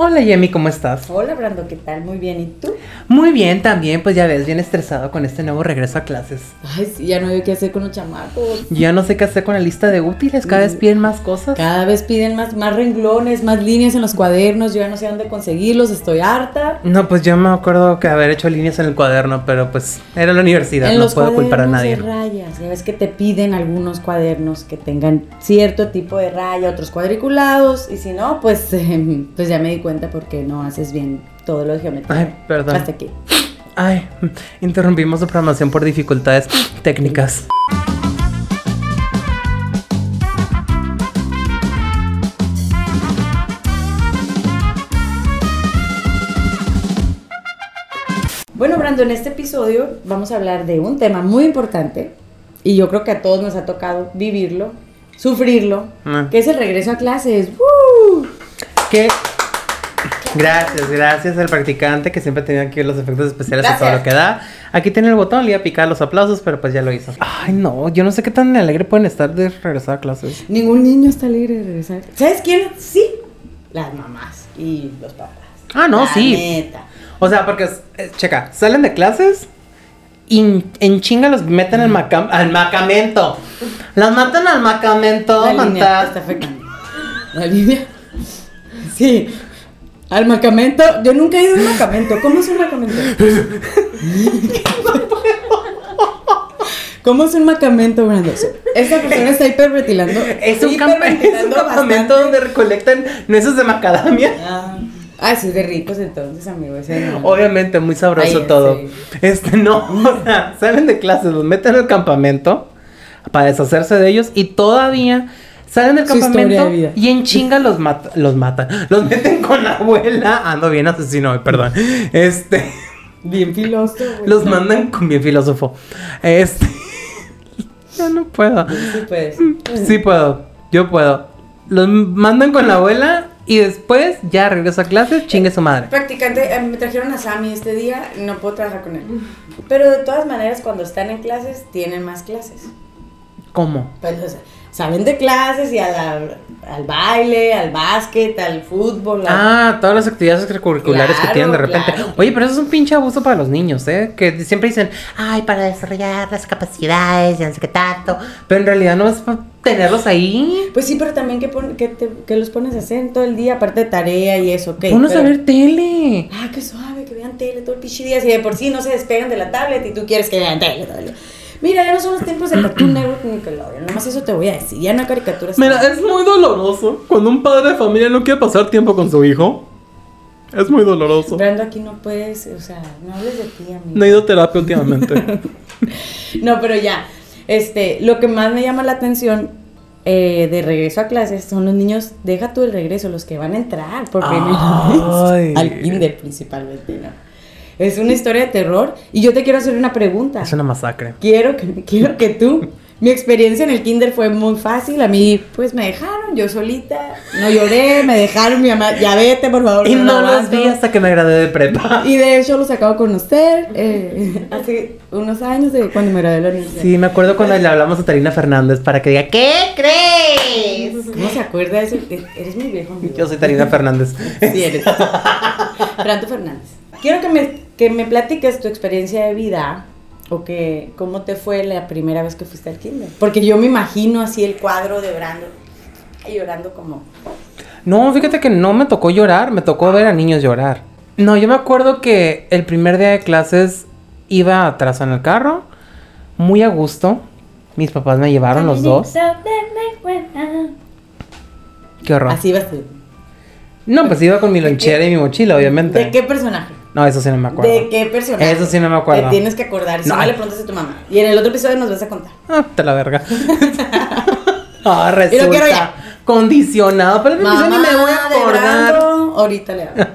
Hola Yemi, ¿cómo estás? Hola Brando, ¿qué tal? Muy bien, ¿y tú? Muy bien también, pues ya ves, bien estresado con este nuevo regreso a clases. Ay, sí, ya no veo qué hacer con los chamacos. Ya no sé qué hacer con la lista de útiles, cada Mm. vez piden más cosas. Cada vez piden más, más renglones, más líneas en los cuadernos, yo ya no sé dónde conseguirlos, estoy harta. No, pues yo me acuerdo que haber hecho líneas en el cuaderno, pero pues era la universidad, en no los puedo culpar a cuadernos nadie. de rayas, ya ves que te piden algunos cuadernos que tengan cierto tipo de raya, otros cuadriculados, y si no, pues, em, pues ya me di cuenta porque no haces bien todo lo de geometría. Ay, perdón. Hasta aquí. Ay, interrumpimos su programación por dificultades técnicas. Bueno, Brando, en este episodio vamos a hablar de un tema muy importante y yo creo que a todos nos ha tocado vivirlo, sufrirlo, Ah. que es el regreso a clases. ¡Woo! ¿Qué? Gracias, gracias al practicante que siempre tenía aquí los efectos especiales a todo Gracias. lo que da. Aquí tiene el botón, le iba a picar los aplausos, pero pues ya lo hizo. Ay, no, yo no sé qué tan alegre pueden estar de regresar a clases. Ningún niño está libre de regresar. ¿Sabes quién? Sí, las mamás y los papás. Ah, no, La sí. neta. O sea, porque, eh, checa, salen de clases y en chinga los meten al, macam- al macamento. Las matan al macamento, La línea manta- te está afectando. La línea. Sí. Al macamento. Yo nunca he ido a un macamento. ¿Cómo es un macamento? ¿Cómo es un macamento, Brando? Esta persona está hiperventilando. Es un, camp- es un hiperventilando campamento bastante. donde recolectan nueces de macadamia. Ah, ah, sí, de ricos entonces, amigo. ese no. Obviamente, muy sabroso Ahí, todo. sí. Este, no, o sea, salen de clases, los meten al campamento para deshacerse de ellos y todavía salen del Su historia campamento de vida. y en chinga los, mat- los matan. Los meten con la abuela. Ando bien asesino, hoy, perdón. Este, Bien filoso. güey. los mandan con bien filósofo. Este, yo no puedo. Sí, pues. Sí puedo, yo puedo. Los mandan con la abuela y después ya regreso a clases, chingue su madre. Practicante, eh, me trajeron a Sammy este día, no puedo trabajar con él. Pero de todas maneras, cuando están en clases, tienen más clases. ¿Cómo? Pues, o sea, salen de clases y a la- al baile, al básquet, al fútbol. a- Ah, todas las actividades extracurriculares que Claro, tienen de repente. claro. Oye, pero eso es un pinche abuso para los niños, ¿eh? Que siempre dicen, ay, para desarrollar las capacidades, ya no sé qué tanto. Pero en realidad no es para tenerlos ahí. Pues sí, pero también que, pon- que te- que los pones a hacer en todo el día, aparte de tarea y eso, ¿ok? Uno pero- a ver tele. Ah, qué suave, que vean tele todo el pinche día. Si de por sí no se despegan de la tablet y tú quieres que vean tele todo el día. Mira, ya no son los tiempos de Cartoon Network ni Nickelodeon. Nomás eso te voy a decir. Ya no hay caricaturas. Mira, es muy doloroso cuando un padre de familia no quiere pasar tiempo con su hijo. Es muy doloroso. Brando, aquí no puedes, o sea, no hables de ti, amigo. No he ido a terapia últimamente. No, pero ya. Este, lo que más me llama la atención eh, de regreso a clases son los niños, deja tú el regreso, los que van a entrar por primera Ay. vez. Al kinder principalmente, ¿no? Es una historia de terror y yo te quiero hacer una pregunta. Es una masacre. Quiero que, quiero que tú. Mi experiencia en el kinder fue muy fácil. A mí, pues me dejaron, yo solita. No lloré, me dejaron, mi mamá. Ya vete, por favor. Y no los aguanto". vi hasta que me gradué de prepa. Y de hecho los acabo de conocer eh, hace unos años de cuando me gradué de la universidad. Sí, me acuerdo cuando le hablamos a Tarina Fernández para que diga, ¿qué crees? ¿Cómo se acuerda de eso? E- Eres muy viejo. amigo. Yo soy Tarina Fernández. Sí, eres. Franco Fernández. Quiero que me, que me platiques tu experiencia de vida o que cómo te fue la primera vez que fuiste al kinder. Porque yo me imagino así el cuadro de Brando llorando como... No, fíjate que no me tocó llorar, me tocó ver a niños llorar. No, yo me acuerdo que el primer día de clases iba atrás en el carro, muy a gusto. Mis papás me llevaron los dos. Qué horror. Así vas tú. No, pues iba con mi lonchera y mi mochila, obviamente. ¿De qué personaje? No, eso sí no me acuerdo. ¿De qué personaje? Eso sí no me acuerdo. Te tienes que acordar. Si No, no, ay. le preguntas a tu mamá. Y en el otro episodio nos vas a contar. Ah, te la verga. Ah, quiero resulta ya. condicionado, pero Mamá ni me voy a de acordar. Brando, ahorita le hablo.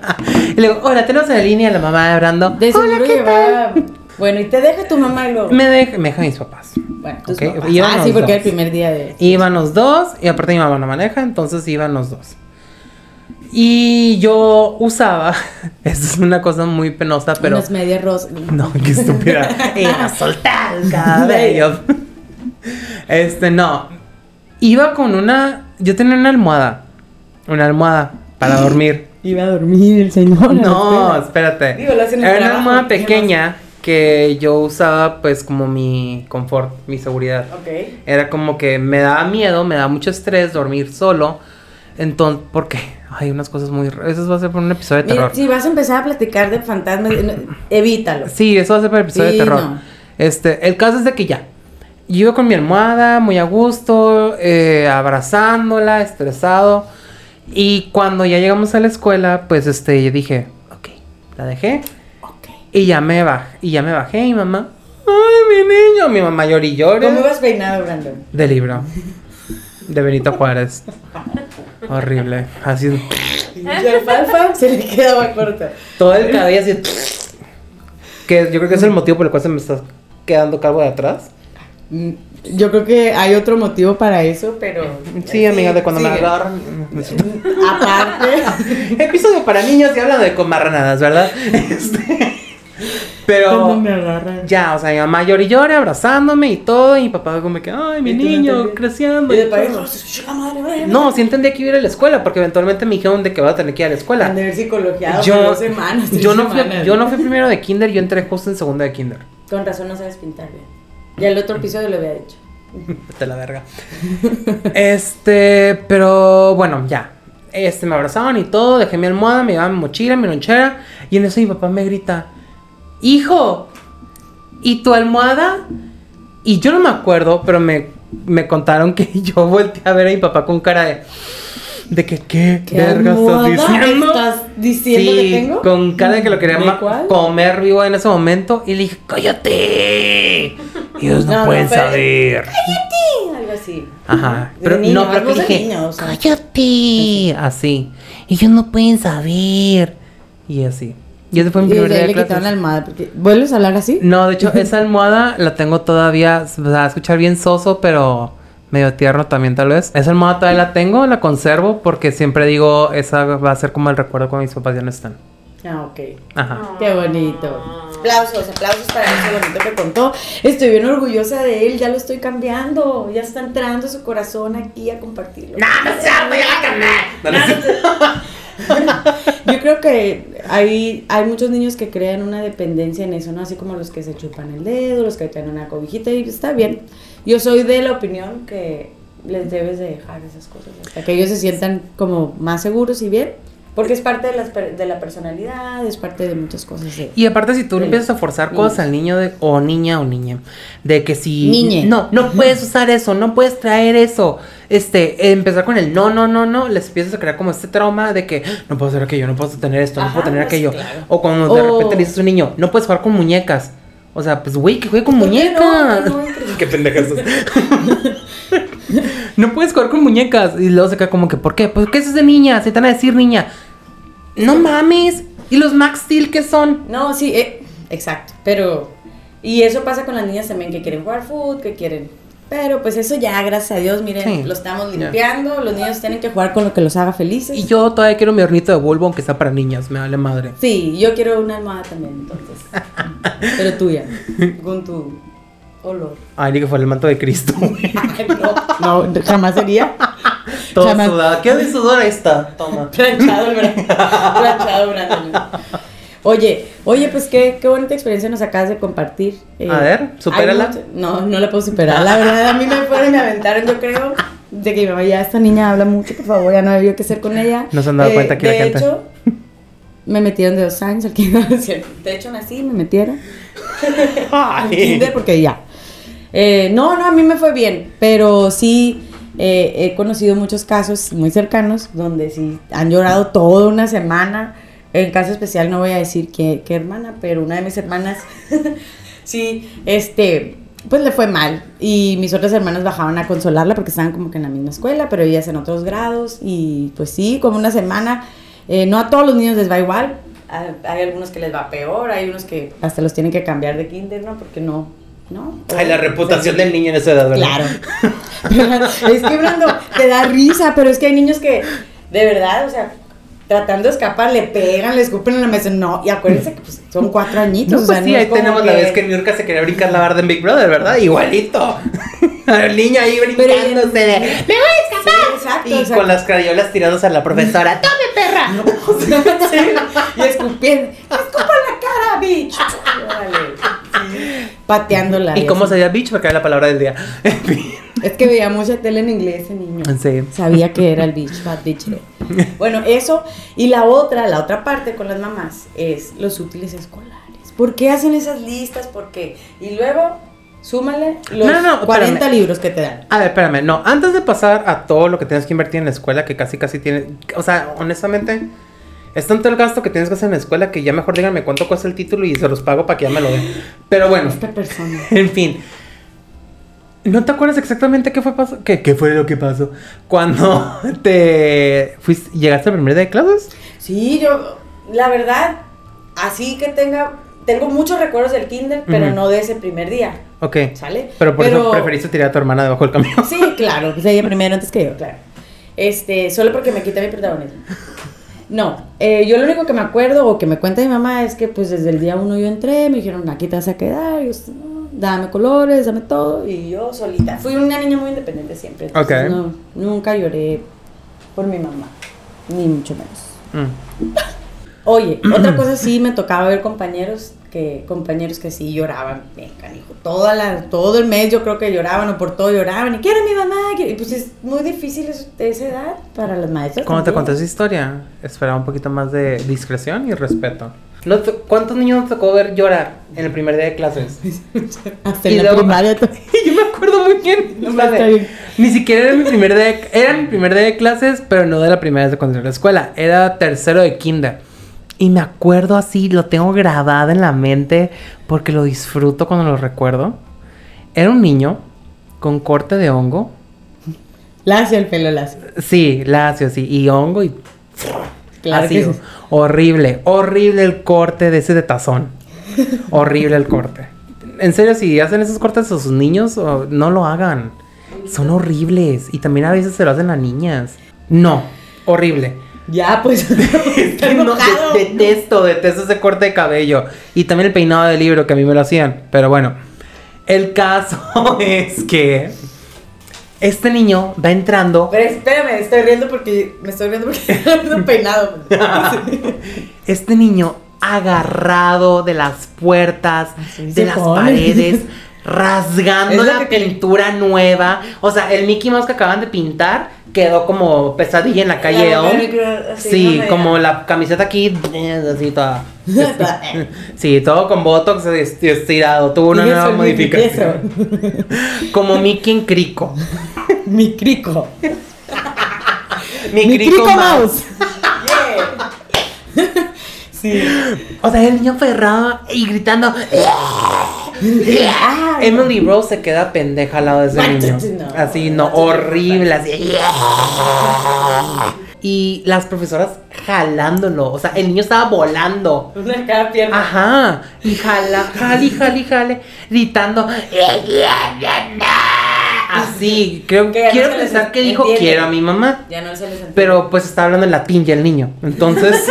Y luego, hola, tenemos en la línea a la mamá de Brando. De hola, seguro ¿qué tal? llevaba- Bueno, y te deja tu mamá y luego. Me deja, me deja mis papás. Bueno, tus Ok, papás. iban Ah, los sí, porque dos. era el primer día de. Iban los dos, y aparte mi mamá no maneja, entonces iban los dos. Y yo usaba, eso es una cosa muy penosa, pero... Unas medias rosas. No, qué estúpida. Era soltar el cabello. Este, no. Iba con una... Yo tenía una almohada. Una almohada para dormir. Iba a dormir el señor. No, espera. espérate. Digo, lo hacen en el Era una trabajo, almohada ¿qué más? pequeña que yo usaba pues como mi confort, mi seguridad. Ok. Era como que me daba miedo, me daba mucho estrés dormir solo. Entonces, porque hay unas cosas muy... ra- Eso va a ser por un episodio de terror. Mira, si vas a empezar a platicar de fantasmas, no, evítalo. Sí, eso va a ser para el episodio Sí, de terror. no. Este, el caso es de que ya. Yo iba con mi almohada, muy a gusto, eh, abrazándola, estresado. Y cuando ya llegamos a la escuela, pues este, yo dije, ok, la dejé. Ok. Y ya me bajé, y ya me bajé, y mamá, ay, mi niño, mi mamá llora y llora. ¿Cómo ibas peinado, Brandon? De libro. De Benito Juárez. Horrible. Así. Y alfalfa se le quedaba corto. Todo el cabello así. Que yo creo que es el motivo por el cual se me está quedando calvo de atrás. Mm, Yo creo que hay otro motivo para eso, pero. Sí, amiga, de cuando me Sigue. Mm, agarraron. Aparte. Episodio para niños y hablan de comarranadas, ¿verdad? Este, cuando Pero me agarran. ya, o sea, mi mamá llora y llora, abrazándome y todo. Y mi papá como que, ay, mi Y tú no niño, entendías. creciendo. Y de y pareja, todo. "Chica madre, madre". No, sí entendía que iba a ir a la escuela, porque eventualmente me dijeron de que va a tener que ir a la escuela. Han de haber psicologiado por Yo, dos semanas. tres yo, no fui, semanas. yo no fui primero de kinder, yo entré justo en segundo de kinder. Con razón no sabes pintar bien. Ya el otro episodio lo había hecho. Vete a la verga. Este, pero bueno, ya. Este, me abrazaban y todo, dejé mi almohada, me llevaban mi mochila, mi lonchera. Y en eso mi papá me grita, hijo, ¿y tu almohada? Y yo no me acuerdo, pero me, me contaron que yo volteé a ver a mi papá con cara de... De que, ¿qué, verga estás almohada diciendo? estás diciendo sí, que tengo? con cara de que lo quería ¿De ma- cuál? comer vivo en ese momento. Y le dije, ¡cállate! Ellos no, No, no pueden fue- saber. Sí, algo así. Ajá. De Pero niño, no, pero algo que de dije, niño, o sea. cállate. Así. Ellos no pueden saber. Y así. Y ese fue mi Y primer de día ahí de le quitaron la clases. almohada. Porque, ¿Vuelves a hablar así? No, de hecho, esa almohada la tengo todavía. Se va a escuchar bien soso, pero medio tierno también, tal vez. Esa almohada todavía la tengo, la conservo, porque siempre digo, esa va a ser como el recuerdo cuando mis papás ya no están. Ah, ok. Ajá. Qué bonito. Aplausos, aplausos para ese bonito que contó. Estoy bien orgullosa de él, ya lo estoy cambiando. Ya está entrando su corazón aquí a compartirlo. ¡No, no Yo creo que hay, hay muchos niños que crean una dependencia en eso, ¿no? Así como los que se chupan el dedo, los que traen una cobijita y está bien. Yo soy de la opinión que les debes de dejar esas cosas hasta que ellos se sientan como más seguros y bien. Porque es parte de, las per- de la personalidad, es parte de muchas cosas. de- Y aparte, si tú Sí. le empiezas a forzar cosas al niño de, o niña o niña, de que si. Niñe. No, no puedes usar eso, no puedes traer eso. Este, empezar con el no, no, no, no, les empiezas a crear como este trauma de que no puedo hacer aquello, no puedo tener esto, no Ajá, puedo tener pues, aquello. claro. Oh. O cuando de O- repente le dices a un niño, no puedes jugar con muñecas. O sea, pues güey, que juegue con ¿Por qué no? muñecas. No, no, no. Qué pendejas. no puedes jugar con muñecas. Y luego se queda como que, ¿por qué? Pues, ¿qué es eso de niña? Se te van a decir niña. No mames. ¿Y los Max Steel qué son? No, sí, eh, exacto. Pero. Y eso pasa con las niñas también que quieren jugar foot, que quieren. Pero pues eso ya, gracias a Dios, miren, Sí, lo estamos ya. limpiando. Los niños tienen que jugar con lo que los haga felices. Y yo todavía quiero mi hornito de bulbo, aunque sea para niñas, me vale madre. Sí, yo quiero una almohada también, entonces. pero tuya, con tu olor. Ay, ni que fue el manto de Cristo, güey. no, no, jamás sería. Todo Chama- sudado. ¿Qué de sudor ahí está? Toma. Planchado, el brazo. Planchado, Brandon. Oye, oye, pues qué, qué bonita experiencia nos acabas de compartir. Eh, A ver, hay supérala. mucho- No, no la puedo superar. La verdad, a mí me fueron y me aventaron, yo creo, de que mi mamá ya esta niña habla mucho, por favor, ya no había que hacer con ella. Eh, No se han dado cuenta que de la gente- hecho, me metieron de dos años al kinder. no es cierto. De hecho, nací y me metieron al kinder porque ya. Eh, no, no, a mí me fue bien, pero sí eh, he conocido muchos casos muy cercanos donde sí han llorado toda una semana. En caso especial no voy a decir qué, qué hermana, pero una de mis hermanas sí, este, pues le fue mal. Y mis otras hermanas bajaban a consolarla porque estaban como que en la misma escuela, pero ellas en otros grados. Y pues sí, como una semana. eh, no a todos los niños les va igual. a- Hay algunos que les va peor, hay unos que hasta los tienen que cambiar de kinder, ¿no? Porque no, ¿no? Ay, la reputación del niño en esa edad, ¿verdad? Claro. es que, Brando, te da risa, pero es que hay niños que, de verdad, o sea, tratando de escapar, le pegan, le escupen en la mesa. No, y acuérdense que pues, son cuatro añitos. No, o pues sea, sí, no es ahí como tenemos la vez que Niurka se quería brincar la barda en Big Brother, ¿verdad? Igualito. El niño ahí brincándose de, ¡Me voy a escapar! Sí, exacto, y exacto. con las crayolas tirándose a la profesora. ¡Tome, perra! cara! O sea, sí, y escupiendo. ¡Escupa la cara, bitch! Órale. Sí. Pateándola. ¿Y cómo así. sería bitch? Porque era la palabra del día. En fin. Es que veía mucha tele en inglés ese niño. Sí. Sabía que era el bitch, bad bitch. Bueno, eso. Y la otra, la otra parte con las mamás es los útiles escolares. ¿Por qué hacen esas listas? ¿Por qué? Y luego, súmale los No, no, no, 40 espérame. libros que te dan. A ver, espérame, no, antes de pasar a todo lo que tienes que invertir en la escuela, que casi casi tienes, o sea, honestamente, es tanto el gasto que tienes que hacer en la escuela que ya mejor díganme cuánto cuesta el título y se los pago para que ya me lo den. Pero bueno, Esta persona. en fin. ¿No te acuerdas exactamente qué fue pas- qué, qué fue lo que pasó cuando te fuiste, llegaste al primer día de clases? Sí, yo, la verdad, así que tenga, tengo muchos recuerdos del kinder, pero Ujú. no de ese primer día, Ok. ¿sale? Pero por eso preferiste tirar a tu hermana debajo del camión. Sí, claro, pues ella primero antes que yo, claro. Este, solo porque me quita mi protagonismo. No, eh, yo lo único que me acuerdo o que me cuenta mi mamá es que pues desde el día uno yo entré, me dijeron, aquí te vas a quedar, y yo, "No, dame colores, dame todo, y yo solita. Fui una niña muy independiente siempre. entonces Ok. no, nunca lloré por mi mamá, ni mucho menos. Mm. Oye, otra cosa sí me tocaba ver compañeros que compañeros que sí lloraban, venga, hijo, toda la, todo el mes yo creo que lloraban o por todo lloraban y quiero a mi mamá, quiero-". y pues es muy difícil eso- de esa edad para las maestras. Cuando te también. conté esa historia, esperaba un poquito más de discreción y respeto. No te- ¿Cuántos niños te tocó ver llorar en el primer día de clases? Hasta y en la luego- primaria to- Yo me acuerdo muy bien. No, O sea, de- está bien. ni siquiera era mi primer día de, era mi primer día de clases, pero no de la primera vez de cuando entré a la escuela. Era tercero de kinder. Y me acuerdo así, lo tengo grabado en la mente porque lo disfruto cuando lo recuerdo. Era un niño con corte de hongo. Lacio el pelo lacio. Sí, lacio, sí, y hongo y Claro Así, que sí. horrible, horrible el corte de ese de tazón. horrible el corte. En serio, si hacen esos cortes a sus niños, o- no lo hagan. Son horribles. Y también a veces se lo hacen a niñas. No, horrible. Ya pues. está Que no, enojado. de- detesto, detesto ese corte de cabello. Y también el peinado de libro que a mí me lo hacían. Pero bueno, el caso es que este niño va entrando. Pero espérame, estoy riendo porque me estoy riendo porque estoy peinado. Este niño agarrado de las puertas, Así de se las pone. paredes, rasgando Es lo la que- pintura nueva. O sea, el Mickey Mouse que acaban de pintar quedó como pesadilla en la calle. La ¿no? película, así, sí, no me- como la camiseta aquí, así toda. Sí, todo con botox est- estirado. Tuvo una Y eso, nueva mi- modificación. Como Mickey en Crico. Mi crico. Mi, Mi crico, crico Mouse. mouse. Sí. O sea, el niño ferrado y gritando. Ah, Emily Rose se queda pendeja al lado de ese What? niño. No. Así, no, What? horrible, así. Y las profesoras jalándolo. O sea, el niño estaba volando. Una cada pierna. Ajá. Y jala, jale, jale, jale. Gritando. Así, creo Que ya no quiero se les pensar que dijo entiende. quiero a mi mamá. Ya no se les entiende. Pero pues estaba hablando en latín ya el niño. Entonces,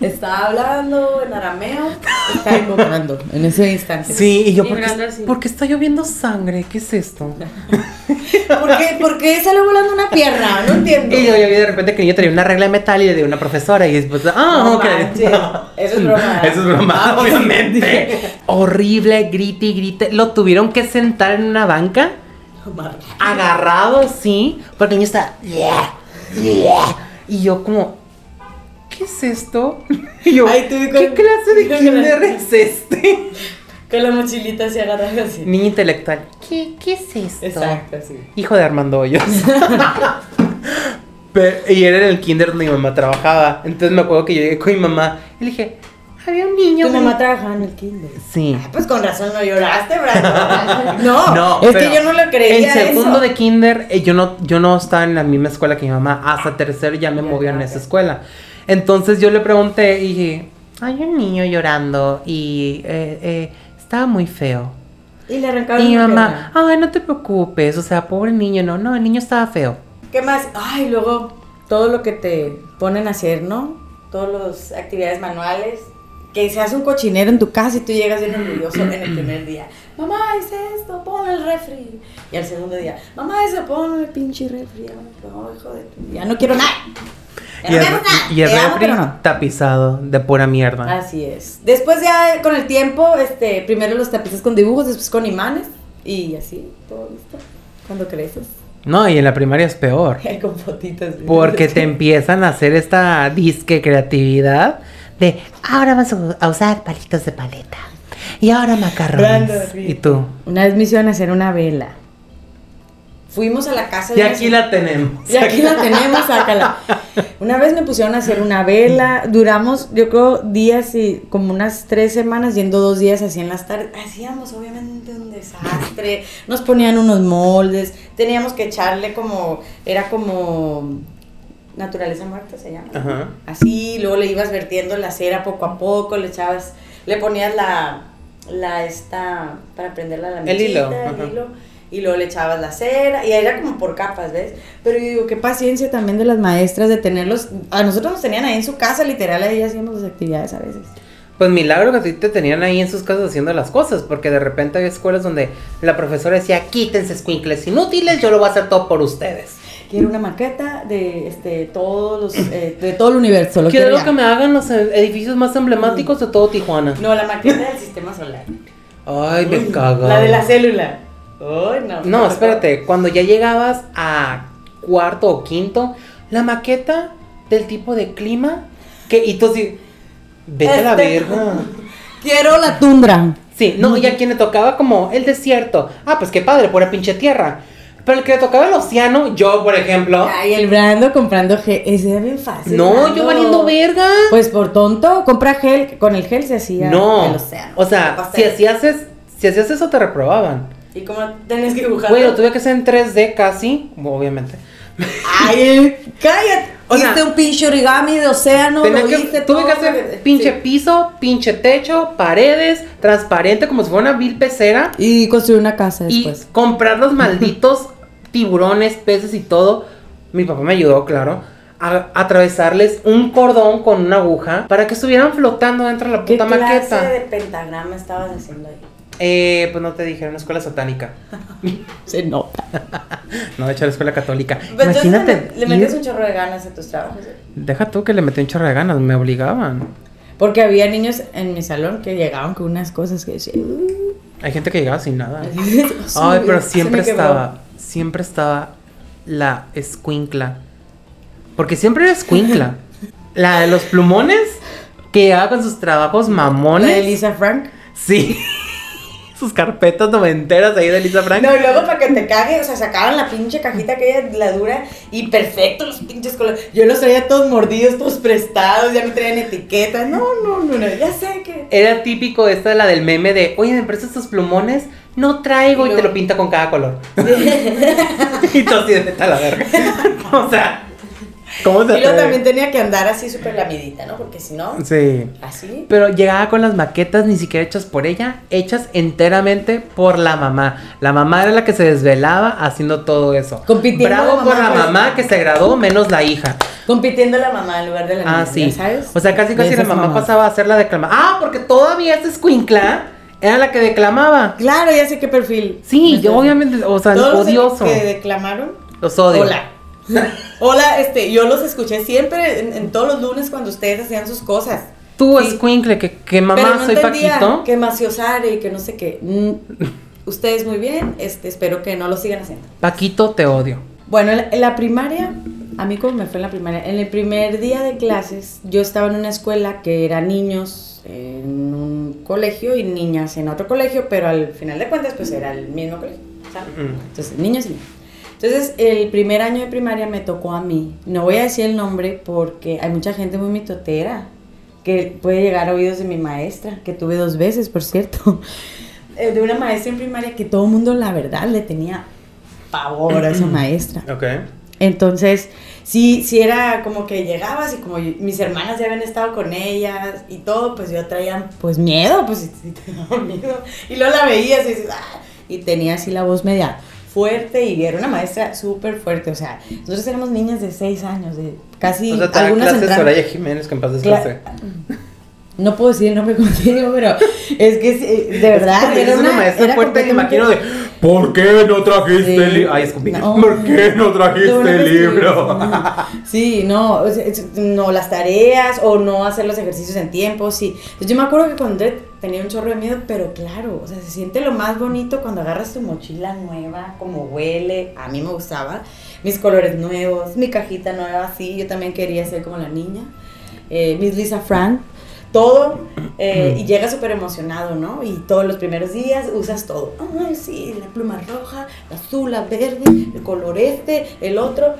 Estaba hablando en arameo. Estaba invocando en ese instante. sí, y yo, Y ¿por qué, Brando así. por qué está lloviendo sangre? ¿Qué es esto? ¿Por qué, por qué sale volando una pierna? No entiendo. Y yo, yo vi de repente que el niño traía una regla de metal y le dio una profesora y después, ah, No ok. manches, Eso es broma. Eso es broma, Ah, obviamente. Horrible, grite y grite. Lo tuvieron que sentar en una banca, agarrado, sí, porque el niño está. Y yo como, ¿qué es esto? Y yo, Ay, tú di ¿qué con- clase de con- kinder es este? Con la mochilita se agarra así. Niño intelectual, ¿qué, qué es esto? Exacto, sí. Hijo de Armando Hoyos. Pe- y era en el kinder donde mi mamá trabajaba. Entonces me acuerdo que yo llegué con mi mamá y le dije, había un niño. Tu gri-". mamá trabajaba en el kinder. Sí. Ah, pues con razón no lloraste, Brandon. No, No, es pero que yo no lo En creía. segundo eso. de kinder, eh, yo no, yo no estaba en la misma escuela que mi mamá. Hasta tercero ya me Ya, movieron a ok. esa escuela. Entonces yo le pregunté y dije, hay un niño llorando y eh, eh, estaba muy feo. Y le arrancaron Y mi una mamá, pierna. ay, no te preocupes, o sea, pobre niño, no, no, el niño estaba feo. ¿Qué más? Ay, luego todo lo que te ponen a hacer, ¿no? Todas las actividades manuales. Que se hace un cochinero en tu casa y tú llegas bien orgulloso en el primer día. Mamá, hice esto, pon el refri. Y al segundo día, mamá, eso, pon el pinche refri. Ya, no, hijo de tu- ya no quiero nada. Y el, ¡Ernesto! y el Te amo, refri pero no. tapizado de pura mierda. Así es. Después ya con el tiempo, este, primero los tapices con dibujos, después con imanes y así, todo listo. Cuando creces, No, y en la primaria es peor. con fotitas. Porque te empiezan a hacer esta disque creatividad de ahora vas a a usar palitos de paleta y ahora Brando, macarrones. sí. Y tú. Una vez me hicieron hacer una vela. Fuimos a la casa Y una aquí la tenemos. Y aquí la tenemos, sácala. Una vez me pusieron a hacer una vela, duramos, yo creo, días y como unas tres semanas, yendo dos días así en las tardes. Hacíamos obviamente un desastre, nos ponían unos moldes, teníamos que echarle como, era como naturaleza muerta se llama. Ajá. Así, luego le ibas vertiendo la cera poco a poco, le echabas, le ponías la, la esta, para prenderla la El hilo, mechita, el ajá. hilo, y luego le echabas la cera, y era como por capas, ¿ves? Pero yo digo, qué paciencia también de las maestras de tenerlos, a nosotros nos tenían ahí en su casa, literal, ahí hacíamos las actividades a veces. Pues milagro que a ti te tenían ahí en sus casas haciendo las cosas, porque de repente había escuelas donde la profesora decía, quítense escuincles inútiles, yo lo voy a hacer todo por ustedes. Quiero una maqueta de este todos los, eh, de todo el universo, lo quiero Quiero ya. que me hagan los eh, edificios más emblemáticos de todo Tijuana. No, la maqueta del sistema solar. Ay, me Uy, cago. La de la célula. Ay, no. No, espérate, cuando ya llegabas a cuarto o quinto, la maqueta del tipo de clima que y tú así vete a la Este- verga. Quiero la tundra. Sí, no, y a quien le tocaba como el desierto. Ah, pues qué padre, pura pinche tierra. Pero el que le tocaba el océano, yo, por ejemplo, Ay, el Brando comprando gel. Ese era bien fácil. no, Brando. yo valiendo verga. Pues por tonto, compra gel. que Con el gel se hacía no. el océano. o sea, si hacías es- si hacías eso te reprobaban. ¿Y cómo tenés que dibujar? Güey, lo tuve que hacer en 3D casi, obviamente. Ay, eh, cállate. O sea, Hiciste un pinche origami de océano. Tenía lo que- hice tuve todo que hacer para que- pinche sí. piso, pinche techo, paredes, transparente, como si fuera una vil pecera. Y construir una casa después. Y comprar los malditos tiburones, peces y todo. Mi papá me ayudó, claro. A atravesarles un cordón con una aguja para que estuvieran flotando dentro de la ¿Qué puta clase maqueta. de pentagrama estabas haciendo ahí? Eh, pues no te dijeron escuela satánica. Se nota. No, de hecho, la escuela católica. Pero entonces Imagínate. Pues le, le metes ir- un chorro de ganas a tus trabajos. ¿eh? Deja tú que le metí un chorro de ganas, me obligaban. Porque había niños en mi salón que llegaban con unas cosas que decían. "Uh, Hay gente que llegaba sin nada. se me Ay, pero olvidó, se siempre me quebró". estaba, siempre estaba la escuincla. Porque siempre era escuincla. la de los plumones, que llegaba con sus trabajos ¿La de mamones. Lisa Frank? Sí. sus carpetas noventeras ahí de Lisa Frank. No, y luego para que te cague, o sea, sacaban la pinche cajita que ella la dura y perfecto los pinches colores. Yo los traía todos mordidos, todos prestados, ya no traían etiquetas. No, no, no, no, ya sé que. Era típico esta la del meme de, oye, ¿me prestas tus plumones? No traigo y, Y te luego- lo pinta con cada color. y tú así de "Vete a la verga. o sea, ¿cómo se Y luego atreve? también tenía que andar así súper lamidita, ¿no? Porque si no, Sí. así. Pero llegaba con las maquetas ni siquiera hechas por ella, hechas enteramente por la mamá. La mamá era la que se desvelaba haciendo todo eso. Compitiendo Bravo la por mamá, la pues. mamá que se graduó, menos la hija. Compitiendo la mamá en lugar de la niña, Ah, sí. ¿ya ¿sabes? O sea, casi De casi la esas mamá mamás. pasaba a hacer la declamación. Ah, porque todavía esa escuincla era la que declamaba. Claro, ya sé qué perfil. Sí, Me yo sé. obviamente, o sea, Todos los odioso. que declamaron Los odio. Hola. Hola, este, yo los escuché siempre en, en todos los lunes cuando ustedes hacían sus cosas. Tú, Sí. escuincle, que, que mamá Pero no soy entendía Paquito. que maciosare y que no sé qué. Mm, ustedes muy bien, este, espero que no lo sigan haciendo. Paquito, te odio. Bueno, en la, en la primaria, a mí como me fue en la primaria, en el primer día de clases yo estaba en una escuela que era niños en un colegio y niñas en otro colegio, pero al final de cuentas pues era el mismo colegio, ¿sabes? Mm. Entonces, niños y niñas. Entonces, el primer año de primaria me tocó a mí. No voy a decir el nombre porque hay mucha gente muy mitotera que puede llegar a oídos de mi maestra, que tuve dos veces, por cierto. Eh, De una maestra en primaria que todo el mundo, la verdad, le tenía pavor a esa maestra. Ok. Entonces, sí, sí era como que llegabas y como yo- mis hermanas ya habían estado con ellas y todo, pues yo traía pues miedo, pues sí, sí te daba miedo. Y luego la veías y dices, "Ah", y tenía así la voz media fuerte y era una maestra súper fuerte, o sea, nosotros éramos niñas de 6 años, de casi o sea, te da algunas clases entraron- Soraya Jiménez, que en paz Cla- descanse. No puedo decir el nombre contigo, pero es que sí, de verdad Porque era es una, maestra era fuerte que completamente- imagino de ¿Por qué no trajiste Sí. el libro? Ay, escupí. No. ¿Por qué no De una este trajiste el vez que- libro? Sí, no, o sea, es- no las tareas o no hacer los ejercicios en tiempo, sí. Entonces, yo me acuerdo que cuando entré tenía un chorro de miedo, pero claro, o sea, se siente lo más bonito cuando agarras tu mochila nueva, como huele, a mí me gustaba, mis colores nuevos, mi cajita nueva, sí, yo también quería ser como la niña, eh, Miss Lisa Frank, todo, eh, y llegas súper emocionado, ¿no? Y todos los primeros días usas todo. Ay, sí, la pluma roja, la azul, la verde, el color este, el otro.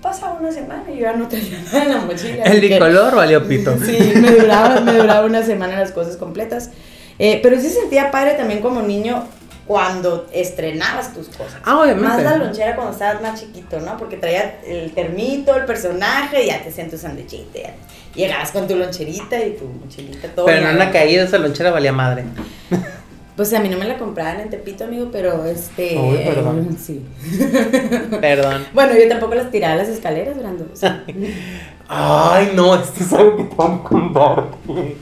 Pasa una semana y yo ya no traía nada en la mochila. así que- color valió pito. Sí, me duraba, me duraba una semana las cosas completas. Eh, pero sí sentía padre también como niño cuando estrenabas tus cosas. Ah, obviamente. Más la lonchera cuando estabas más chiquito, ¿no? Porque traía el termito, el personaje, y ya te hacían tu sandwichito. ya. Llegabas con tu loncherita y tu mochilita, todo. Pero no ya. una caída esa lonchera valía madre. Pues a mí no me la compraban en Tepito, amigo, pero este. Uy, perdón. Sí. Perdón. Bueno, yo tampoco las tiraba a las escaleras, Brando. o sea, Ay, no, esto es algo que tengo que contarte.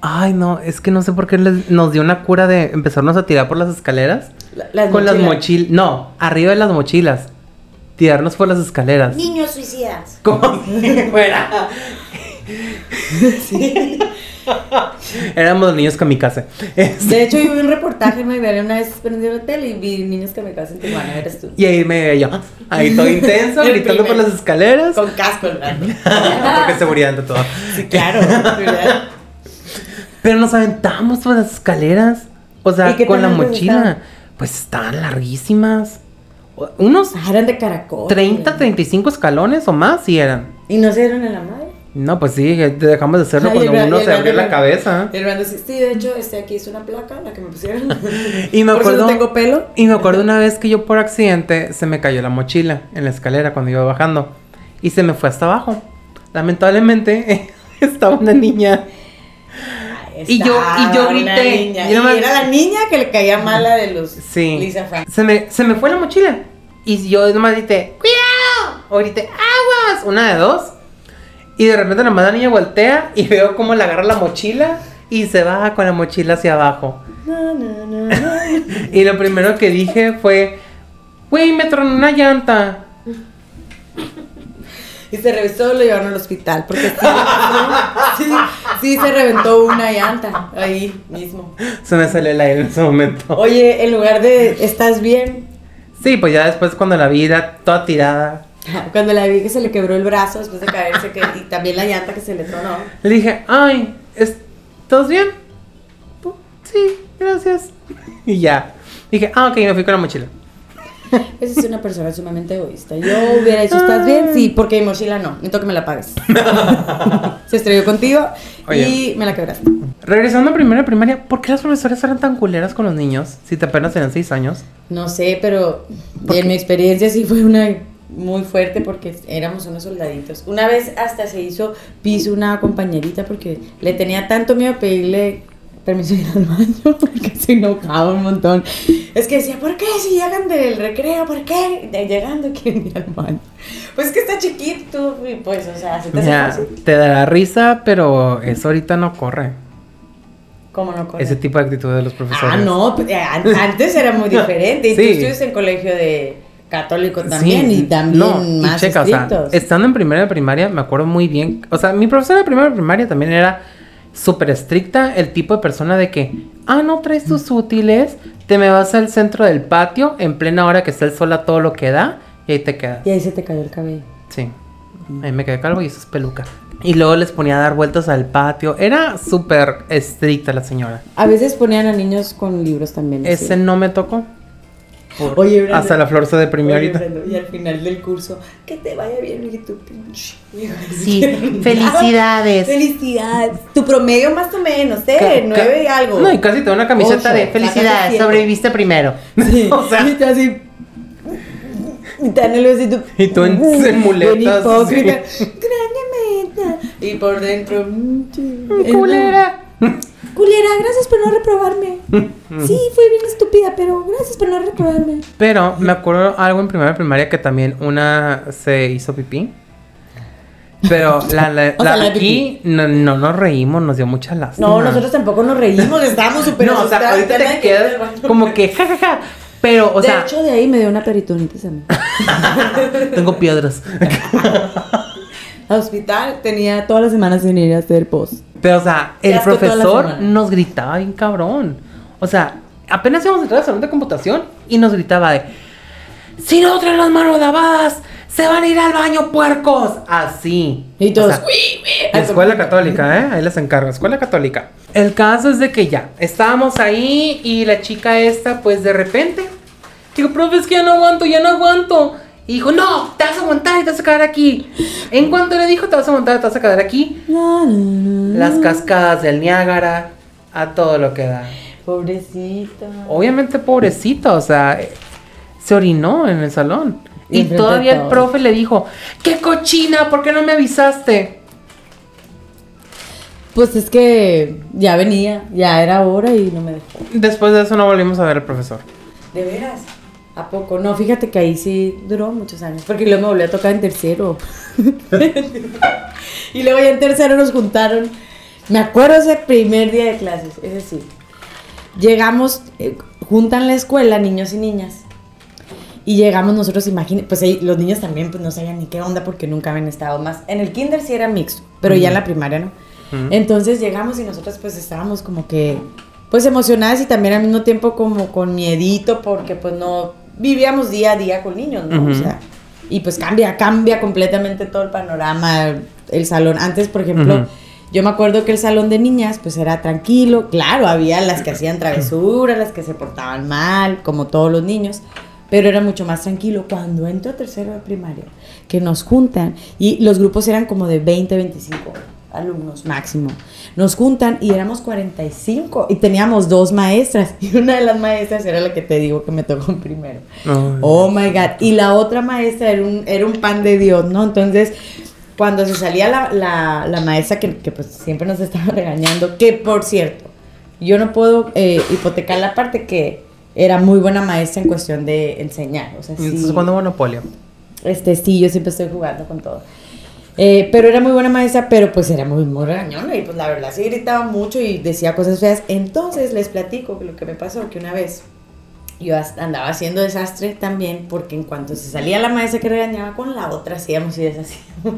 Ay, no, es que no sé por qué les- nos dio una cura de empezarnos a tirar por las escaleras. la- las con las mochilas. mochilas. No, arriba de las mochilas. Tirarnos por las escaleras. Niños suicidas. Como si fuera. Éramos niños kamikaze. Es- De hecho, yo vi un reportaje, me veía una vez prendiendo la tele y vi niños que me casan en Tijuana, eres tú. Y ahí me veía yo. Ahí todo intenso, El gritando por primer. las escaleras. Con casco, Brando. Porque seguridad ante todo. Sí, claro. ¿verdad? Pero nos aventamos por las escaleras. O ¿Y sea, qué con la tan altas mochila. estaban? Pues estaban larguísimas. O- Unos Ah, eran de caracol. 30, 35 escalones o más sí eran. ¿Y no se dieron en la madre? No, pues sí, que te dejamos de hacerlo Ay, cuando el Bra- uno el se abrió Brando- la cabeza. El Brando sí, sí, de hecho, este aquí es una placa, la que me pusieron. Y me Por eso acuerdo- no tengo pelo. Y me acuerdo una vez que yo por accidente se me cayó la mochila en la escalera cuando iba bajando. Y se me fue hasta abajo. Lamentablemente estaba una niña. Y yo- y yo Estaba una grité. niña. Y no me- Y era la niña que le caía mala de los Sí. Lisa Frank. Se me, se me fue la mochila. Y yo nomás grité, ¡cuidado! O grité, ¡aguas! Una de dos. Y de repente nomás la niña voltea y veo cómo le agarra la mochila y se baja con la mochila hacia abajo. Na, na, na, na. Y lo primero que dije fue, ¡güey, me tronó una llanta! Y se reventó, lo llevaron al hospital. Porque sí, sí, sí se reventó una llanta ahí mismo. Se me salió el aire en ese momento. Oye, en lugar de estás bien, Sí, pues ya después cuando la vi era toda tirada, cuando la vi que se le quebró el brazo después de caerse que, y también la llanta que se le tronó. le dije, ¡ay! es- ¿Estás bien? "Pu- Sí, gracias. Y ya. Dije, ah, ok, me fui con la mochila. Esa es una persona sumamente egoísta. Yo hubiera dicho, ¿estás bien? Sí, porque mi mochila no. Necesito que me la pagues. se estrelló contigo y Oye. me la quebraste. Regresando a primera primaria, ¿por qué las profesoras eran tan culeras con los niños si te apenas tenían 6 años? No sé, pero ¿Por en qué? mi experiencia sí fue una muy fuerte porque éramos unos soldaditos. Una vez hasta se hizo piso una compañerita porque le tenía tanto miedo pedirle permiso de ir al baño porque se enojaba un montón. Es que decía, ¿por qué si llegan del recreo? ¿Por qué de- llegando quieren ir al baño? Pues es que está chiquito y pues, o sea, se te hace Mira, fácil. te dará risa, pero eso ahorita no corre. ¿Cómo no corre? Ese tipo de actitud de los profesores. Ah, no, pues, eh, an- antes era muy diferente. Y tú Sí. estuviste en colegio de católico Sí, también y también no, y más checa, o sea, estrictos. estando en primera de primaria, me acuerdo muy bien. O sea, mi profesora de primera de primaria también era súper estricta. El tipo de persona de que, ah, no traes Mm. tus útiles, te me vas al centro del patio en plena hora que está el sol a todo lo que da y ahí te quedas. Y ahí se te cayó el cabello. Sí. Mm. Ahí me quedé calvo y eso es peluca. Y luego les ponía a dar vueltas al patio. Era súper estricta la señora. A veces ponían a niños con libros también. así. Ese no me tocó. Por- Oye, Brenda. hasta la flor se deprimió Oye, ahorita. Brenda, Y al final del curso, que te vaya bien, y tu pinche. Sí, felicidades. Felicidades. Tu promedio más o menos, ¿eh? Ca- Nueve y ca- algo. No, y casi te da una camiseta Ocho, de sacaste felicidades, siete". sobreviviste primero. Sí. o sea, y tú así. Y tan nervioso, y tú, Y tú en- en bien muletas, hipócrita, Grande meta. Y por dentro. mm, sí, eh, culera. Culera, gracias por no reprobarme. Mm. Sí, fue bien estúpida, pero gracias por no reprobarme. Pero me acuerdo algo en primera primaria que también una se hizo pipí. Pero la, la- O sea, la la de aquí no, no nos reímos, nos dio mucha lástima. No, nosotros tampoco nos reímos, estábamos súper no, o sea, asustados, ahorita ¿verdad? te quedas como que jajaja. Pero, o de sea, hecho, de ahí me dio una peritonitis a mí. tengo piedras. Al hospital tenía todas las semanas sin ir a hacer post. Pero, o sea, Te el asco toda la profesor semana. nos gritaba bien cabrón. O sea, apenas íbamos a entrar al salón de computación y nos gritaba de: Si no traen las manos lavadas, se van a ir al baño, puercos. Así. Y todos, O sea, "Uy, uy". la escuela católica, ¿eh? Ahí les encargo, escuela católica. El caso es de que ya, estábamos ahí y la chica esta, pues de repente, digo, profe, es que ya no aguanto, ya no aguanto. Y dijo, no, te vas a aguantar y te vas a quedar aquí. En cuanto le dijo, te vas a aguantar y te vas a quedar aquí, La, la, la. las cascadas del Niágara, a todo lo que da. Pobrecita. Obviamente, pobrecita, o sea, eh, se orinó en el salón. Y Y enfrente de todavía el todos. profe le dijo, ¡qué cochina! ¿Por qué no me avisaste? Pues es que ya venía, ya era hora y no me dejó. Después de eso no volvimos a ver al profesor. ¿De veras? ¿A poco? No, fíjate que ahí sí duró muchos años, porque luego me volvió a tocar en tercero. y luego ya en tercero nos juntaron. Me acuerdo ese primer día de clases, es decir, llegamos, eh, juntan la escuela, niños y niñas. Y llegamos nosotros, imagínate, pues ahí los niños también pues no sabían ni qué onda porque nunca habían estado más. En el kinder sí era mixto, pero ya en la primaria no. Entonces llegamos y nosotros pues estábamos como que pues emocionadas y también al mismo tiempo como con miedito porque pues no vivíamos día a día con niños, ¿no? O Ujú. sea, y pues cambia, cambia completamente todo el panorama, el salón. Antes, por ejemplo, Ujú. yo me acuerdo que el salón de niñas pues era tranquilo, claro, había las que hacían travesuras, las que se portaban mal, como todos los niños, pero era mucho más tranquilo. Cuando entro a tercero de primaria, que nos juntan y los grupos eran como de 20, 25 alumnos máximo. Nos juntan y éramos 45 y teníamos dos maestras y una de las maestras era la que te digo que me tocó en primero. Oh my God. Y la otra maestra era un, era un pan de Dios, ¿no? Entonces, cuando se salía la, la- la maestra que, que, pues siempre nos estaba regañando, que por cierto, yo no puedo eh, hipotecar la parte que era muy buena maestra en cuestión de enseñar. O sea, ¿Y entonces sí. cuándo Monopolio? Este, sí, yo siempre estoy jugando con todo. Eh, pero era muy buena maestra, pero pues era muy, muy regañona y pues la verdad sí gritaba mucho y decía cosas feas. Entonces les platico que lo que me pasó, que una vez yo as- andaba haciendo desastre también porque en cuanto se salía la maestra que regañaba con la otra hacíamos y deshacíamos.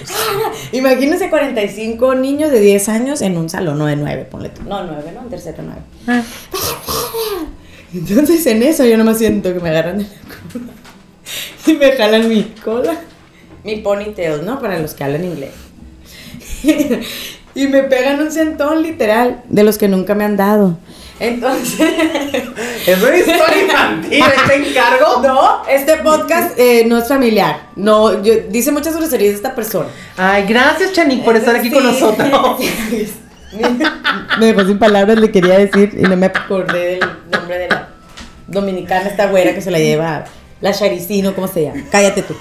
Imagínense 45 niños de 10 años en un salón, no de 9, ponle tú. No, 9, no, en tercero 9. Entonces en eso yo nomás siento que me agarran de la cola y me jalan mi cola, mi ponytail, ¿no? Para los que hablan inglés. y me pegan un sentón literal de los que nunca me han dado. Entonces... Es una historia infantil, te encargo. No, este podcast eh, no es familiar. No, yo, dice muchas groserías de esta persona. Ay, gracias, Chanik, por estar aquí con Sí. nosotros. Me dejó sin palabras, le quería decir, y no me acordé del nombre de la dominicana, esta güera que se la lleva, la Charicino, ¿cómo se llama? Cállate tú.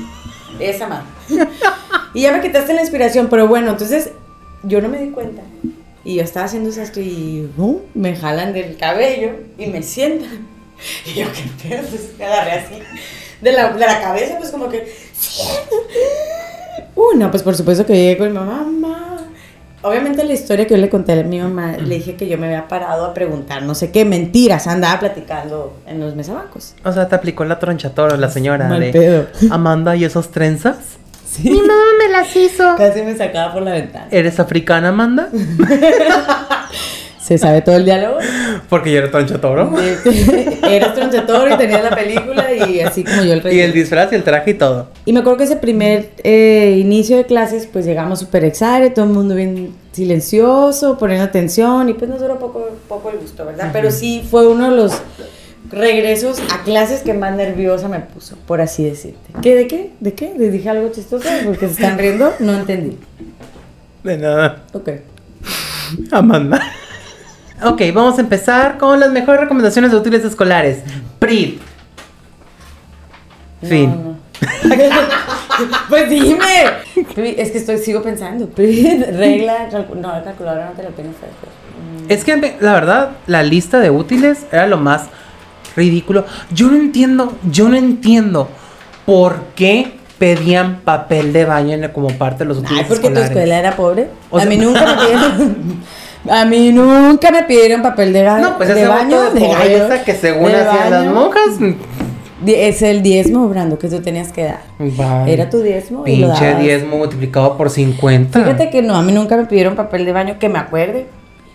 Esa madre. Y ya me quitaste la inspiración, pero bueno, entonces yo no me di cuenta. Y yo estaba haciendo esto y ¡uh! me jalan del cabello y me sientan. Y yo, qué pedo, pues me agarré así. De la, de la cabeza, pues como que. "Siéntate". Uh, no, pues por supuesto que yo llegué con mi mamá, mamá. Obviamente la historia que yo le conté a mi mamá, le dije que yo me había parado a preguntar no sé qué mentiras, andaba platicando en los mesabancos. O sea, te aplicó la tronchatora la señora Mal de pedo. Amanda y esas trenzas. Sí. mamá me las hizo. Casi me sacaba por la ventana. ¿Eres africana, Amanda? Se sabe todo el diálogo. Porque yo era tronchatoro. Este, Eres tronchetoro y tenías la película y así como yo el rey. Y el disfraz y el traje y todo. Y me acuerdo que ese primer eh, inicio de clases, pues llegamos súper excited, todo el mundo bien silencioso, poniendo atención, y pues nos duró poco, poco el gusto, ¿verdad? Pero sí fue uno de los regresos a clases que más nerviosa me puso, por así decirte. ¿Qué? ¿De qué? ¿De qué? ¿Les dije algo chistoso? Porque se están riendo, no entendí. De nada. Ok. Amanda. Ok, vamos a empezar con las mejores recomendaciones de útiles escolares. PRIP. No, Fin. no. pues dime. Es que estoy, sigo pensando. Regla, calcu- no, la calculadora no te la tienes que hacer. Es que me- la verdad, la lista de útiles era lo más ridículo. Yo no entiendo, yo no entiendo por qué pedían papel de baño en- como parte de los útiles Ay, porque tu escolares. escuela era pobre. O a sea- mí nunca me pidieron. A mí nunca me pidieron papel de, ga- No, pues de ese baño, voto de de gallo, pobreza que según de hacían las baño. monjas. Di- Es el diezmo, Brando, que tú tenías que dar. Vaya. Era tu diezmo y lo Pinche dabas. diezmo multiplicado por 50. Fíjate que no, a mí nunca me pidieron papel de baño que me acuerde.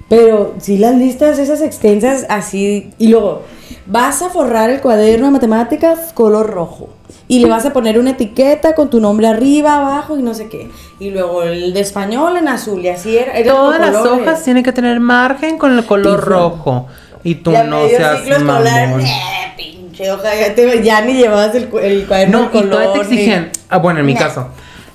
Pero sí las listas esas extensas así y luego vas a forrar el cuaderno de matemáticas color rojo y le vas a poner una etiqueta con tu nombre arriba, abajo y no sé qué. Y luego el de español en azul y así era. eran Todas los las colores. hojas tienen que tener margen con el color Pijo. rojo. Y tú Y a no medio seas ciclo escolar, mamón. eh, pinche hoja, ya, te- ya ni llevabas el, cu- el cuaderno No, de y color. todavía te ni- exigen. Ah, bueno, en mi Nah. caso.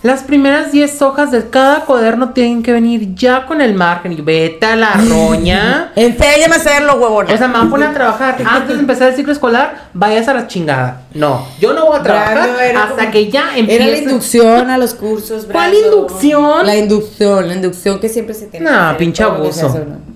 Las primeras 10 hojas de cada cuaderno tienen que venir ya con el margen. Y vete a la roña. Enséñame a hacerlo, huevón. O sea, me van a poner a trabajar antes de empezar el ciclo escolar, vayas a la chingada. No, yo no voy a trabajar Brando era hasta como- que ya empiece. Era la inducción a los cursos, ¿Cuál Brando. inducción? La inducción, la inducción que siempre se tiene. que Nah, hacer, pinche todo lo que se abuso. hace, ¿no?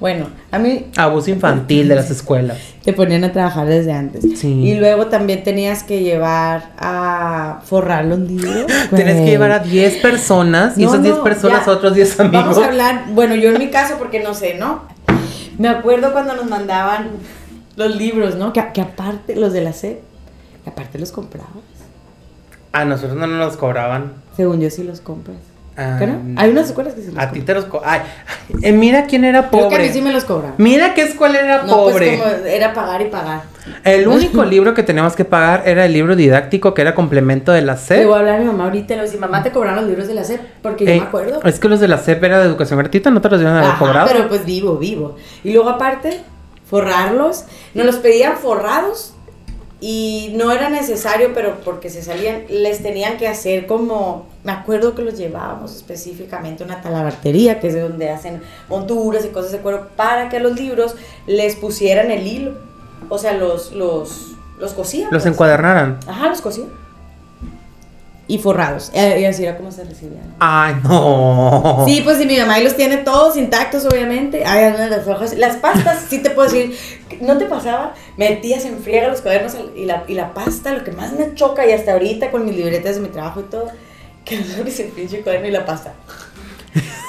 Bueno, a mí Abuso infantil de las escuelas. te ponían a trabajar desde antes. Sí. Y luego también tenías que llevar a forrar los libros. Tienes que güey. llevar a 10 personas y No, esas 10 no, personas ya. a otros 10 amigos. Vamos a hablar, bueno, yo en mi caso, porque no sé, ¿no? Me acuerdo cuando nos mandaban los libros, ¿no? Que, que aparte, los de la SEP, que aparte los comprabas. A nosotros no nos los cobraban. Según yo sí los compras. Ah, ¿Qué no? Hay unas escuelas que sí los A ti compran. te los co- Ay, eh, mira quién era Creo que a mí pobre. sí me los cobran. Mira qué escuela era No, pobre. pues como era pagar y pagar. El único libro que teníamos que pagar era el libro didáctico que era complemento de la Le SEP. voy a hablar a mi mamá ahorita, le voy a decir, mamá, te cobraron los libros de la SEP, porque Eh, yo me acuerdo. es que los de la SEP era de educación gratuita, no te los iban a haber Ajá, cobrado. Pero pues vivo, vivo. Y luego aparte, forrarlos. Nos los pedían forrados y no era necesario, pero porque se salían, les tenían que hacer como, me acuerdo que los llevábamos específicamente a una talabartería, que es donde hacen honduras y cosas de cuero, para que a los libros les pusieran el hilo. O sea, los, los, los cosían. Los pues. encuadernaran. Ajá, los cosían. Y forrados. Eh, Y así era como se recibían. Ay, no. Sí, pues y mi mamá ahí los tiene todos intactos, obviamente. Ay, algunas de las hojas. Las pastas, sí te puedo decir, ¿no te pasaba? Metías en friega los cuadernos al- y la, y la pasta, lo que más me choca, y hasta ahorita con mis libretas de mi trabajo y todo, que no abres el pinche cuaderno y la pasta.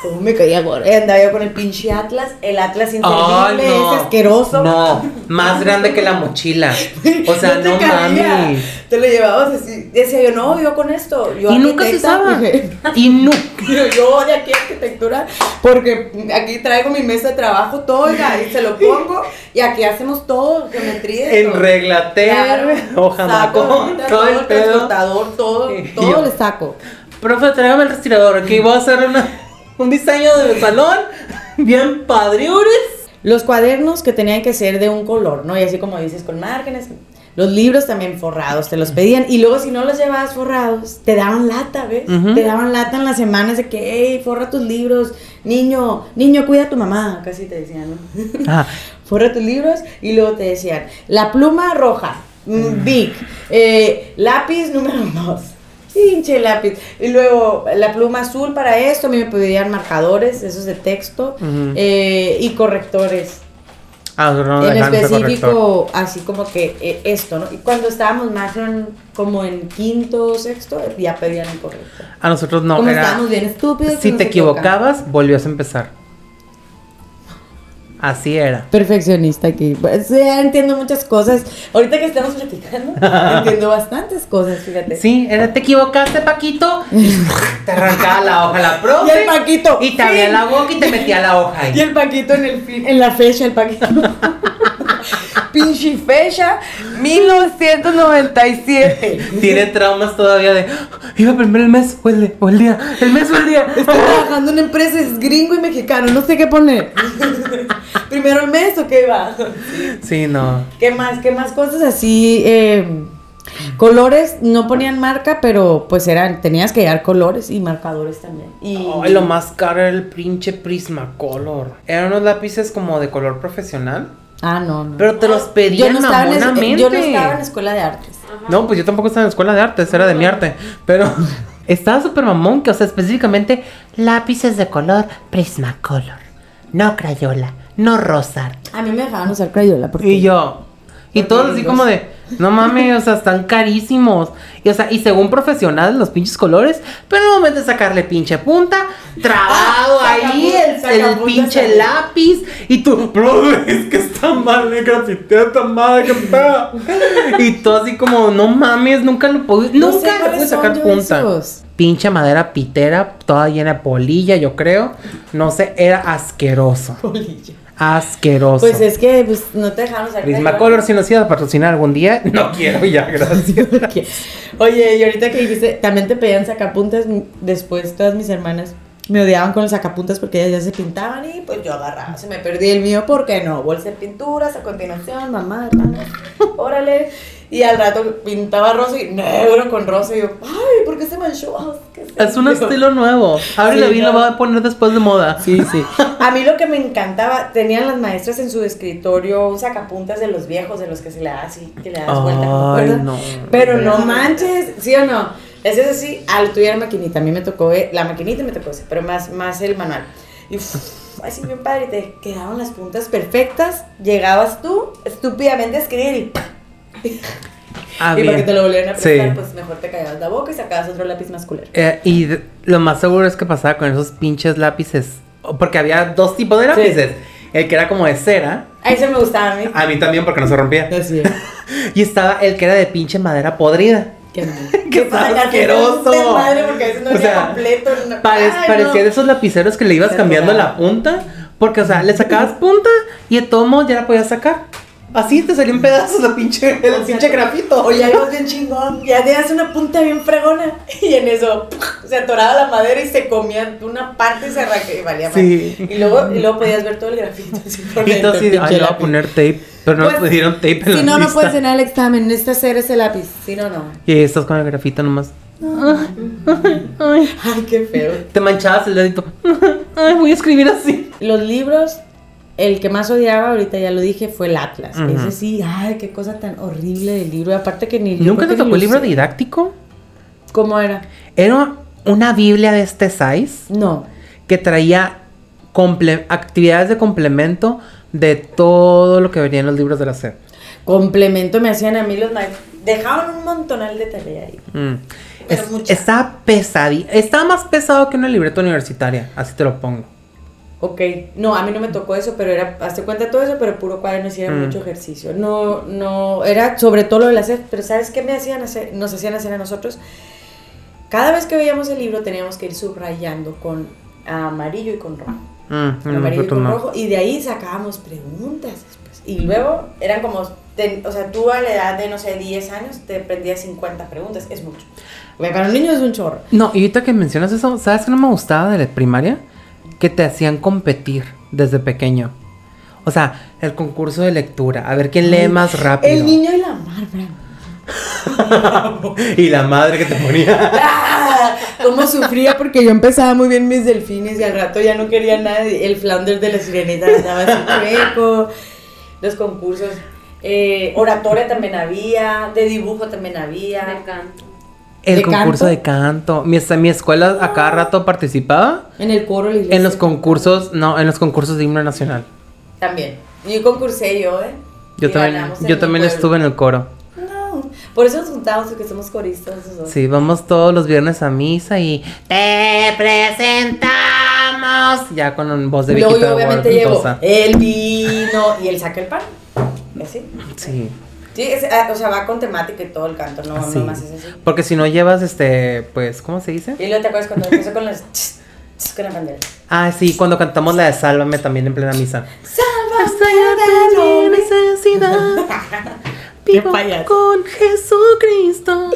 ¿Cómo me caía gorda? Eh, Andaba yo con el pinche Atlas, el Atlas Ay, inservible, no. es asqueroso. No, más grande que la mochila. O sea, no, te cabía. mames. Te lo llevabas así. Decía yo, no, yo con esto. Yo Y nunca se arquitecta, usaba. dije, Y nu Yo, yo de aquí arquitectura, porque aquí traigo mi mesa de trabajo todo, oiga, y se lo pongo, y aquí hacemos todo, geometría. y en todo. reglater, Claro, hoja saco macón, ahorita todo el pedo. transportador, todo, Y todo yo- le saco. Profe, tráigame el respirador, que voy a hacer una- un diseño de salón bien padriures. Los cuadernos que tenían que ser de un color, ¿no? Y así como dices, con márgenes. Los libros también forrados, te los pedían. Y luego si no los llevabas forrados, te daban lata, ¿ves? Ujú. Te daban lata en las semanas de que, hey, forra tus libros, niño, niño, cuida a tu mamá, casi te decían, ¿no? Ah, Forra tus libros y luego te decían, la pluma roja, mm, big, eh, lápiz número 2, pinche lápiz. Y luego la pluma azul para esto, a mí me pedían marcadores, esos de texto, Ujú. eh, y correctores. Ah, no, en dejaron ese corrector. específico, así como que eh, esto, ¿no? Y cuando estábamos más en- como en quinto o sexto, ya pedían el corrector. A nosotros no, como era. estábamos bien estúpidos. Si nos te equivocamos. equivocabas, volvías a empezar. Así era. perfeccionista aquí. Pues, eh, entiendo muchas cosas. Ahorita que estamos platicando, entiendo bastantes cosas, fíjate. Sí, era, te equivocaste, Paquito. y Te arrancaba la hoja la Y profe. el Paquito. Y te abría Sí. la boca y te metía la hoja ahí. Y el Paquito en el fin, en la fecha, el Paquito. Pinche fecha, 1997. Tiene traumas todavía de. "Ah, Iba primero el mes o el, de- o el día. El mes o el día. Estoy trabajando en empresas gringo y mexicano, no sé qué poner. Primero el mes o qué va. Sí, no. ¿Qué más? ¿Qué más cosas así? eh, colores, no ponían marca, pero pues eran, tenías que llevar colores y marcadores también. Y Ay, lo más caro era el pinche Prismacolor. Eran unos lápices como de color profesional. Ah, no, no. Pero te los yo, pedían no estaba en, es- mamonamente. yo no estaba en escuela de artes. No, pues yo tampoco estaba en la escuela de artes, era de mi arte. Pero estaba súper mamón que, o sea, específicamente lápices de color Prismacolor. No crayola, no rosa. A mí me dejaban usar crayola porque Y yo. Y Porque todos así los- como de, no mames, o sea, están carísimos. Y o sea, y según profesionales los pinches colores, pero en el momento de sacarle pinche punta, trabado Ah, ahí el sacapuntas, el Sacapuntas pinche también. lápiz y tú, bro, es que está mal de grafitear, está mal de grafitear". Y tú así como, no mames, nunca lo pude, No sé nunca le cuáles pude sacar son yo punta. esos. Pinche madera pitera, toda llena de polilla, yo creo. No sé, era asqueroso. Polilla. Asqueroso. Pues es que pues, no te dejaron sacar. Prismacolor, si nos ibas a patrocinar algún día, no quiero ya, gracias. Que- Oye, y ahorita que dijiste, también te pedían sacapuntas. m- Después todas mis hermanas me odiaban con los sacapuntas porque ellas ya se pintaban y pues yo agarraba. Se me perdí el mío porque no. Bolsa de pinturas a continuación, mamá, hermana, órale. Y al rato pintaba rosa y negro con rosa. Y yo, ay, ¿por qué se manchó? Ah, ¿qué se es un manchó?" estilo nuevo. Ahora Sí, la vi no. lo va a poner después de moda. Sí, sí. A mí lo que me encantaba, tenían las maestras en su escritorio un sacapuntas de los viejos, de los que se le da así, que le das vuelta. ¿no? Ay, ¿Recuerdas? no. Pero no manches, ¿sí o no? Ese es así, al tuyo era maquinita, a mí me tocó eh, la maquinita, me tocó ese, pero más, más el manual. Y uff, así bien padre, te quedaban las puntas perfectas, llegabas tú estúpidamente a escribir y ¡pa! Ah, y para que bien. te lo volvieran a Sí. prestar, pues mejor te callabas la boca y sacabas otro lápiz más culero. Eh, y de- lo más seguro es que pasaba con esos pinches lápices. Porque había dos tipos de lápices. El que era como de cera. A ese me gustaba a mí. A mí también porque no se rompía. Así es. Y estaba el que era de pinche madera podrida. Qué Qué asqueroso. madre porque a veces no O o sea, completo. no- Pare- Ay, parecía no. de esos lapiceros que le ibas Se cambiando atoraba. la punta. Porque, o sea, le sacabas punta y de todo modo ya la podías sacar. Así te salían pedazos la pinche, el O sea, pinche grafito. O ya ibas bien chingón, ya tenías una punta bien fregona. Y en eso ¡puf! se atoraba la madera y se comía una parte y se arranca- y valía Sí. madre. Y luego, y luego podías ver todo el grafito. así por Y dentro, entonces, pinche ay, le voy a lápiz. poner tape. Pero no Pues, me dieron tape en la Si no, no lista. puedes cenar el examen. Necesitas hacer ese lápiz. Si no, no. Y ahí estás con el grafito nomás. Ay, qué feo. Te manchabas el dedito. Ay, voy a escribir así. Los libros, el que más odiaba, ahorita ya lo dije, fue el Atlas. Ujú. Ese sí, ay, qué cosa tan horrible del libro. Y Aparte que ni. yo ¿Nunca creo te que ni tocó lo el libro usé. didáctico? ¿Cómo era? Era una Biblia de este size No. que traía comple- actividades de complemento de todo lo que venía en los libros de la SED. Complemento me hacían a mí los maestros. Dejaban un montonal de tarea ahí. Mm. Pero Es- mucha. estaba pesadilla. Estaba más pesado que una libreta universitaria. Así te lo pongo. Ok, no, a mí no me tocó eso, pero era, hazte cuenta todo eso, pero puro cuaderno, hacía Mm. mucho ejercicio. No, no, era sobre todo lo del hacer, pero ¿sabes qué me hacían hacer? Nos hacían hacer a nosotros. Cada vez que veíamos el libro teníamos que ir subrayando con amarillo y con rojo. Mm, no, amarillo y pero tú con no. rojo, y de ahí sacábamos preguntas después. Y luego eran como, ten- o sea, tú a la edad de, no sé, 10 años te aprendías 50 preguntas, es mucho. Güey, Para un niño es un chorro. No, y ahorita que mencionas eso, ¿sabes que no me gustaba de la primaria? Que te hacían competir desde pequeño. O sea, el concurso de lectura, a ver quién lee más rápido. El niño y la marmara. y la madre que te ponía. ¡Ah! ¿Cómo sufría? Porque yo empezaba muy bien mis delfines y al rato ya no quería nada. El flounder de la sirenita andaba así chueco. Los concursos. eh, oratoria también había. De dibujo también había. El ¿De concurso canto? Ah. de canto. Mi, mi escuela a cada rato participaba En el coro, la iglesia. en los concursos, no, en los concursos de himno nacional. También. Yo concursé yo, ¿eh? Yo Y también, ganamos en yo mi también pueblo. estuve en el coro. No. Por eso nos juntamos, porque somos coristas. esos dos. Sí, vamos todos los viernes a misa y te presentamos. Ya con un voz de Luego viejita yo de obviamente Eh, llevo Guadalupe Mendoza. el vino y él saca el pan. Y así. Sí. Sí, es- ah, o sea, va con temática y todo el canto, no, Así. no más es así. Porque si no llevas este, pues, ¿cómo se dice? Y luego te acuerdas cuando empezó con los ch, ch, con la bandera. Ah, sí, cuando cantamos la de Sálvame también en plena misa. Sálvame necesidad. Qué vivo payaso. con Jesucristo.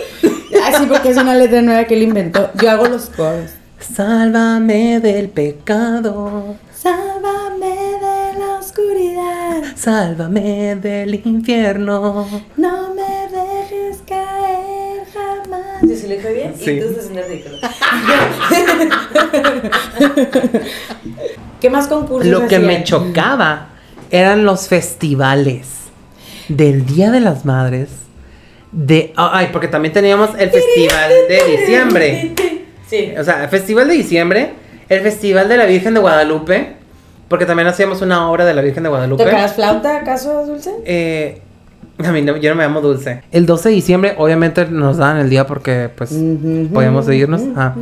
Así porque es una letra nueva que él inventó. Yo hago los coros. Sálvame del pecado. Sálvame de la oscuridad, Sálvame del infierno. no me dejes caer jamás. Yo sí lo dije bien Sí. y tú estás haciendo ridículo. ¿Qué más concursos Lo que me hacían? chocaba eran los festivales del Día de las Madres. De, ay, porque también teníamos el festival de diciembre. Sí. O sea, el Festival de Diciembre, el Festival de la Virgen de Guadalupe, porque también hacíamos una obra de la Virgen de Guadalupe. ¿Tocabas flauta acaso, Dulce? Eh, a mí no- yo no me llamo Dulce. El 12 de diciembre, obviamente, nos daban el día porque, pues, Ujú. podíamos seguirnos. Ah.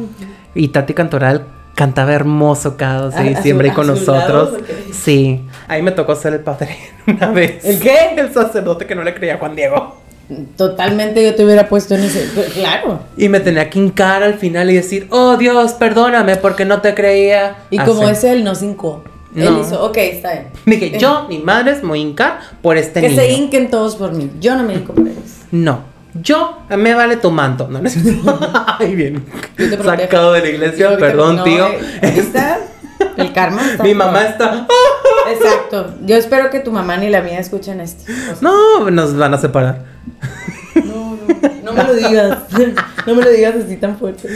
Y Tati Cantoral Cantaba hermoso cada 6 de ¿A- a su- diciembre ahí a con sus nosotros. lados, o qué? Sí. Ahí me tocó ser el padre una vez. ¿El qué? El sacerdote que no le creía a Juan Diego. Totalmente yo te hubiera puesto en ese. Claro. Y me tenía que hincar al final y decir, oh Dios, perdóname porque no te creía. Y como Así. es él, no cinco. Él No. hizo, ok, está bien. Dije, yo, mi madre, me voy a hincar por este que niño. se hinquen todos por mí. Yo no me hinco por ellos. No, yo me vale tu manto. No, no es- Ay, bien. Yo te protejo. Sacado de la iglesia, Yo te- perdón, no, tío. eh, ahí está. El karma está Mi por- mamá está. Exacto. Yo espero que tu mamá ni la mía escuchen esto. O sea, No, nos van a separar. No, no, no me lo digas. No me lo digas así tan fuerte.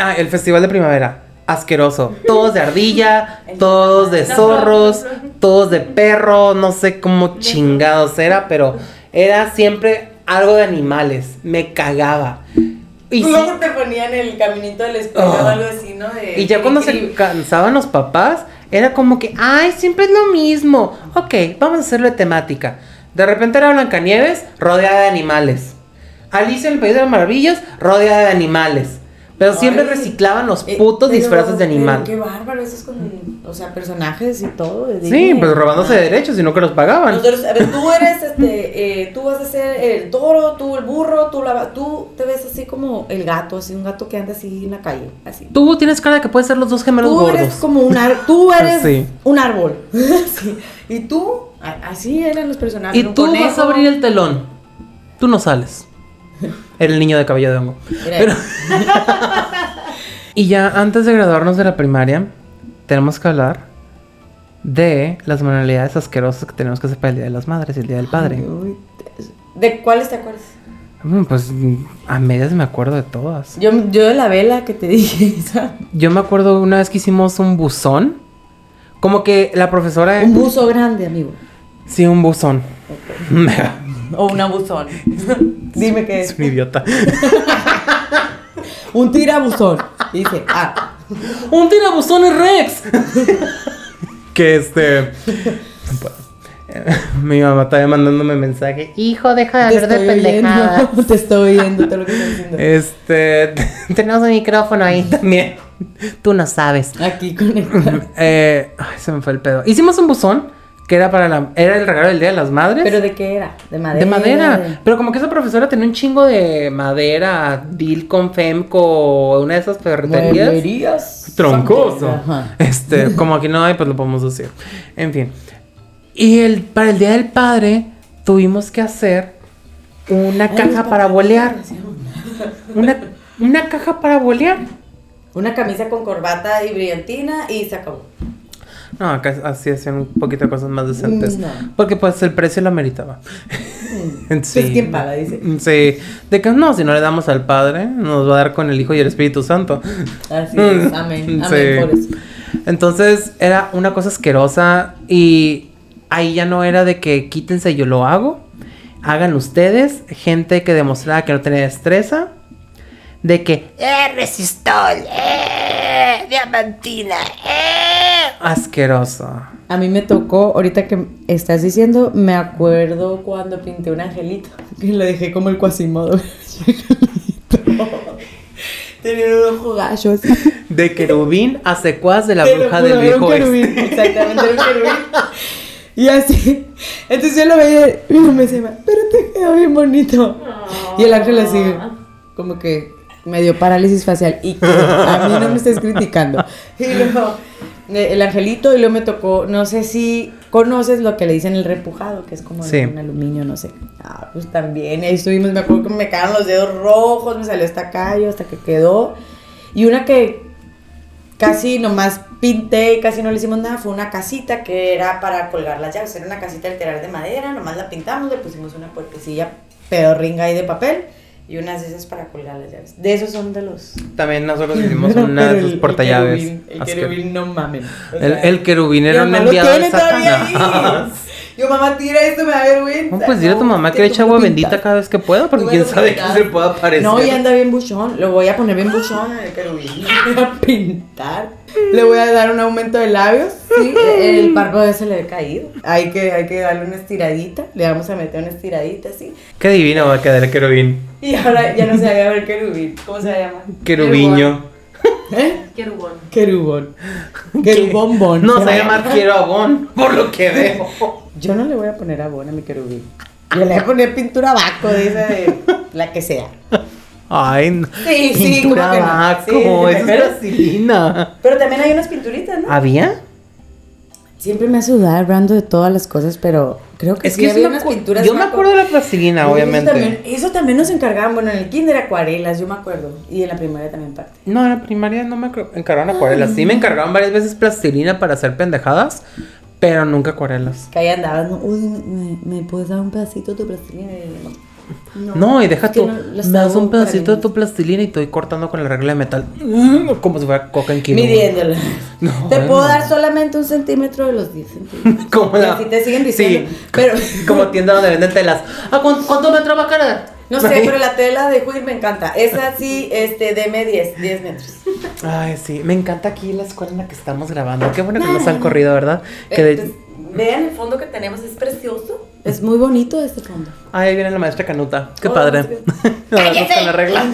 Ah, el festival de primavera. Asqueroso. Todos de ardilla, todos de No, zorros, todos de perro, no sé cómo chingados era, pero era siempre algo de animales. Me cagaba. Y, sí- Ah. Luego te ponían el caminito de la escuela o algo así, ¿no? De- y ya cuando se cansaban los papás, era como que, ay, siempre es lo mismo. Ok, vamos a hacerlo de temática. De repente era Blancanieves rodeada de animales. Alicia en el País de las Maravillas rodeada de animales. Pero siempre Ay. reciclaban los Eh, putos pero- disfraces de pero animal. Qué bárbaro, eso es con, o sea, personajes y todo. de Sí, Disney. pues robándose Ah. derechos, sino que los pagaban. Nosotros, a ver, tú eres, este, eh, tú vas a ser el toro, tú el burro, tú la, va- tú te ves así como el gato, así un gato que anda así en la calle, así. Tú tienes cara de que puedes ser los dos gemelos Tú gordos. eres como un árbol, tú eres Así. un árbol, Sí. Y tú, a- así eran los personajes. Y un tú vas conejo. a abrir el telón. Tú no sales. El niño de cabello de hongo. Mira, Pero- Y ya antes de graduarnos de la primaria, tenemos que hablar de las manualidades asquerosas que tenemos que hacer para el Día de las Madres y el Día del Padre. Uy, ¿De cuáles te acuerdas? Mm, Pues mm, a medias me acuerdo de todas. Yo, yo de la vela que te dije, esa. Yo me acuerdo una vez que hicimos un buzón. Como que la profesora... un buzo grande, amigo. Sí, un buzón. Mega. O un abuzón. Dime qué Es es. un idiota. Un tirabuzón. Dice, ah. ¡Un tirabuzón es Rex! que este. no puedo. Mi mamá estaba mandándome mensaje. Hijo, deja de hablar de pendejadas. oyendo, te estoy oyendo todo lo que estás diciendo. Este. Tenemos un micrófono ahí también. Tú no sabes. Aquí conectado. Eh, ay, se me fue el pedo. Hicimos un buzón que era para la. Era el regalo del Día de las Madres. ¿Pero de qué era? ¿De madera? de madera. Pero como que esa profesora tenía un chingo de madera, deal con Femco, una de esas ferreterías. ¿Mueblerías? troncoso. Ajá. Este, como aquí no hay, pues lo podemos decir. En fin. Y el, para el Día del Padre tuvimos que hacer una caja para bolear. Una, una caja para bolear. Una camisa con corbata y brillantina y se acabó. No, acá así hacían un poquito de cosas más decentes. No. Porque pues el precio lo meritaba. Sí. Pues, ¿quién paga? Dice. Sí. De que no, si no le damos al Padre, nos va a dar con el Hijo y el Espíritu Santo. Así es. Amén. Amén Mm, Sí. por eso. Entonces era una cosa asquerosa y ahí ya no era de que quítense, yo lo hago. Hagan ustedes, gente que demostraba que no tenía destreza, de que ¡Eh, resistol! ¡Eh, diamantina! ¡Eh! asqueroso. A mí me tocó, ahorita que estás diciendo, me acuerdo cuando pinté un angelito, que lo dejé como el cuasimodo. Tenía un ojo gallo así. De querubín a secuaz de la Te lo bruja juro, del era un viejo este. querubín, oeste. Exactamente, era un querubín. Y así. Entonces yo lo veía y me decía, pero te quedó bien bonito. Y el ángel así, como que me dio parálisis facial. Y que a mí no me estés criticando. Y luego, eh, el angelito, y luego me tocó, no sé si conoces lo que le dicen el repujado, que es como Sí. un aluminio, no sé. Ah, pues también. Ahí estuvimos, me acuerdo que me quedaron los dedos rojos, me salió hasta callo, hasta que quedó. Y una que casi nomás pinté y casi no le hicimos nada. Fue una casita que era para colgar las llaves. Era una casita literal de madera, nomás la pintamos, le pusimos una puertecilla pedorringa ahí de papel y unas de esas para colgar las llaves. De esos son de los. También nosotros hicimos una Pero de sus el- portallaves. El querubín, el Asque- querubín, no mamen. O el- sea, el querubín mi era un mamá lo enviado de tiene todavía ahí. Satanás. Yo, mamá, tira esto, me da vergüenza. No, pues dile a tu No, mamá es que le tú eche agua lo bendita pintas. cada vez que pueda, porque Tú quién me lo sabe que pintas. se pueda aparecer. No, y anda bien buchón. Lo voy a poner bien buchón en el querubín. Le voy a pintar. Le voy a dar un aumento de labios. Sí, el párpado se le ve caído. Hay que, hay que darle una estiradita. Le vamos a meter una estiradita así. Qué divino va a quedar el querubín. Y ahora ya no se va a ver querubín. ¿Cómo se llama? Querubiño. ¿Eh? Querubón. Querubón. Querubombón. No sé llamar quiero a Bon, por lo que veo. Yo no le voy a poner abón a mi querubín. Yo le voy a poner pintura vaco, de esa de la que sea. Ay, no. Sí, sí, como Pintura que no. vaco, Sí, sí, eso es pero- vaselina. Pero también hay unas pinturitas, ¿no? ¿Había? Ah. Siempre me hace dudar hablando de todas las cosas, pero creo que Es sí que había yo me unas acu- pinturas yo me vaco. acuerdo de la plastilina, Eso obviamente. también- eso también nos encargaban, bueno, en el kinder acuarelas, yo me acuerdo. Y en la primaria también parte. No, en la primaria no me acro- encargaron acuarelas. Sí me Mm. encargaron varias veces plastilina para hacer pendejadas, pero nunca acuarelas. Que ahí andaban, ¿no? uy, me, me puedes dar un pedacito de tu plastilina. Y yo, No, y deja es que tú, no, las me das hago un para pedacito de niños. tu plastilina y estoy cortando con la regla de metal. Mm, Como si fuera coca en kilo. Midiéndola. No, te puedo no. dar solamente un centímetro de los 10 centímetros. Como Y la- así te siguen diciendo. Sí. Pero, Como tienda donde venden telas. ¿A cuánto, cuánto me entraba cara? no sé, pero la tela de Queer me encanta. Esa sí, este, deme 10, 10 metros. Ay, sí. Me encanta aquí la escuela en la que estamos grabando. Qué bueno que nos han corrido, ¿verdad? Que de- Eh, pues, Vean el fondo que tenemos, es precioso. es muy bonito este fondo. Ay, ahí viene la maestra Canuta. Qué Oh, Hola, padre. maestra. Ahora con la regla.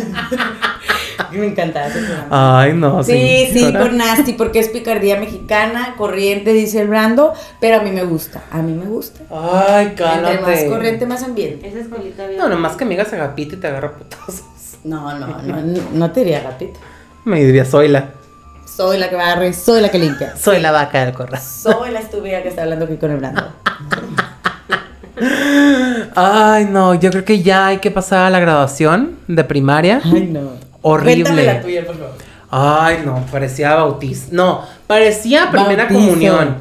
Me encanta ese programa. Ay, no. Sí, sí, ahora- con Nasty, porque es picardía mexicana, corriente, dice el Brando, pero a mí me gusta, a mí me gusta. Ay, cálmate. Entre más corriente, más ambiente. Esa escuelita bien. No, nomás que me digas agapito y te agarra putazos. No, no, no, no, no te diría gatito. Me diría, soy la. Soy la que barre, soy la que limpia. Soy la vaca del corral. Soy la estúpida que está hablando aquí con el Brando. Ay, no. Yo creo que ya hay que pasar a la graduación de primaria. Ay, no. Horrible. Cuéntame la tuya, por favor. Ay, no, parecía bautiz. No, parecía primera Bautizo. comunión.